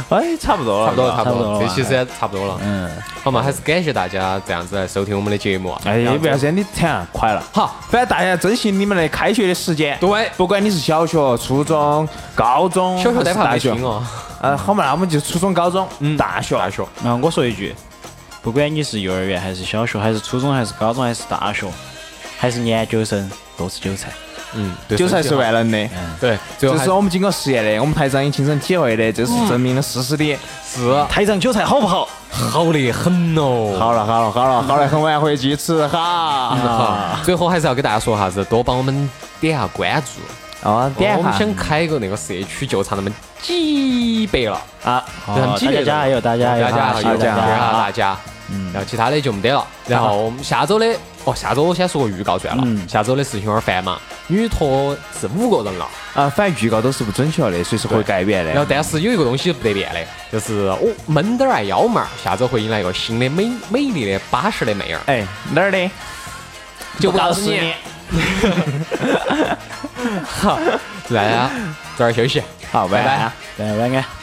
[SPEAKER 4] 哎，差不多了，
[SPEAKER 2] 差不多，了，差不
[SPEAKER 3] 差不
[SPEAKER 2] 多，
[SPEAKER 3] 多
[SPEAKER 2] 了，
[SPEAKER 3] 了
[SPEAKER 2] 这期时间差不多了。嗯，好嘛，还是感谢大家这样子来收听我们的节目啊。
[SPEAKER 4] 哎，也不要这样，你谈快了。
[SPEAKER 2] 好，
[SPEAKER 4] 反正大家珍惜你们的开学的时间。
[SPEAKER 2] 对
[SPEAKER 4] 不管你是小学、初中、高中，
[SPEAKER 2] 小学
[SPEAKER 4] 还
[SPEAKER 2] 单
[SPEAKER 4] 是
[SPEAKER 2] 怕
[SPEAKER 4] 大
[SPEAKER 2] 没
[SPEAKER 4] 学
[SPEAKER 2] 听。哦。
[SPEAKER 4] 呃，好嘛，那我们就初中、高中、大学、嗯大学。
[SPEAKER 3] 然后我说一句，不管你是幼儿园还是小学，还是初中还是高中还是大学，还是研究生，都是韭菜。
[SPEAKER 2] 嗯，对
[SPEAKER 4] 韭菜是万。能的，
[SPEAKER 2] 对，最后
[SPEAKER 4] 这
[SPEAKER 2] 还
[SPEAKER 4] 是我们经过实验的，我们台长也亲身体会的，这是证明了事实的。
[SPEAKER 2] 是
[SPEAKER 3] 台长韭菜好不好？
[SPEAKER 2] 好的很哦。
[SPEAKER 4] 好了，好了，好了，好了，很晚回去吃哈。
[SPEAKER 2] 好，最后还是要给大家说啥子，多帮我们点下关注。
[SPEAKER 4] 哦，点
[SPEAKER 2] 我
[SPEAKER 4] 一
[SPEAKER 2] 们
[SPEAKER 4] 下
[SPEAKER 2] 想开一个那个社区就差那么几百了，
[SPEAKER 4] 啊，
[SPEAKER 2] 很
[SPEAKER 3] 好
[SPEAKER 2] 几百
[SPEAKER 3] 哦大
[SPEAKER 2] 人
[SPEAKER 3] 家加油，大
[SPEAKER 4] 哎
[SPEAKER 3] 家
[SPEAKER 2] 大
[SPEAKER 3] 加
[SPEAKER 2] 家
[SPEAKER 3] 油，谢
[SPEAKER 2] 有
[SPEAKER 3] 谢
[SPEAKER 2] 大
[SPEAKER 3] 大
[SPEAKER 2] 家
[SPEAKER 3] 家
[SPEAKER 2] 有大家，
[SPEAKER 4] 嗯
[SPEAKER 2] 然后其他的就没得了。然后我们下周的，哦，下周我先说个预告算
[SPEAKER 4] 嗯
[SPEAKER 2] 了，下周的事情有点烦嘛，女托是五个人了，
[SPEAKER 4] 啊，反正预告都是不准确的，随时会改变
[SPEAKER 2] 然后
[SPEAKER 4] 的。
[SPEAKER 2] 但是有一个东西不得变的，就是我闷得儿爱幺妹儿，下周会迎来一个新的美美丽的巴适的妹儿，
[SPEAKER 4] 哎，哪儿的？
[SPEAKER 2] 就不告诉你。 好，大家早点休息。啊
[SPEAKER 4] 好，
[SPEAKER 2] 拜
[SPEAKER 4] 晚
[SPEAKER 2] 拜
[SPEAKER 4] 安。
[SPEAKER 3] 对，晚安。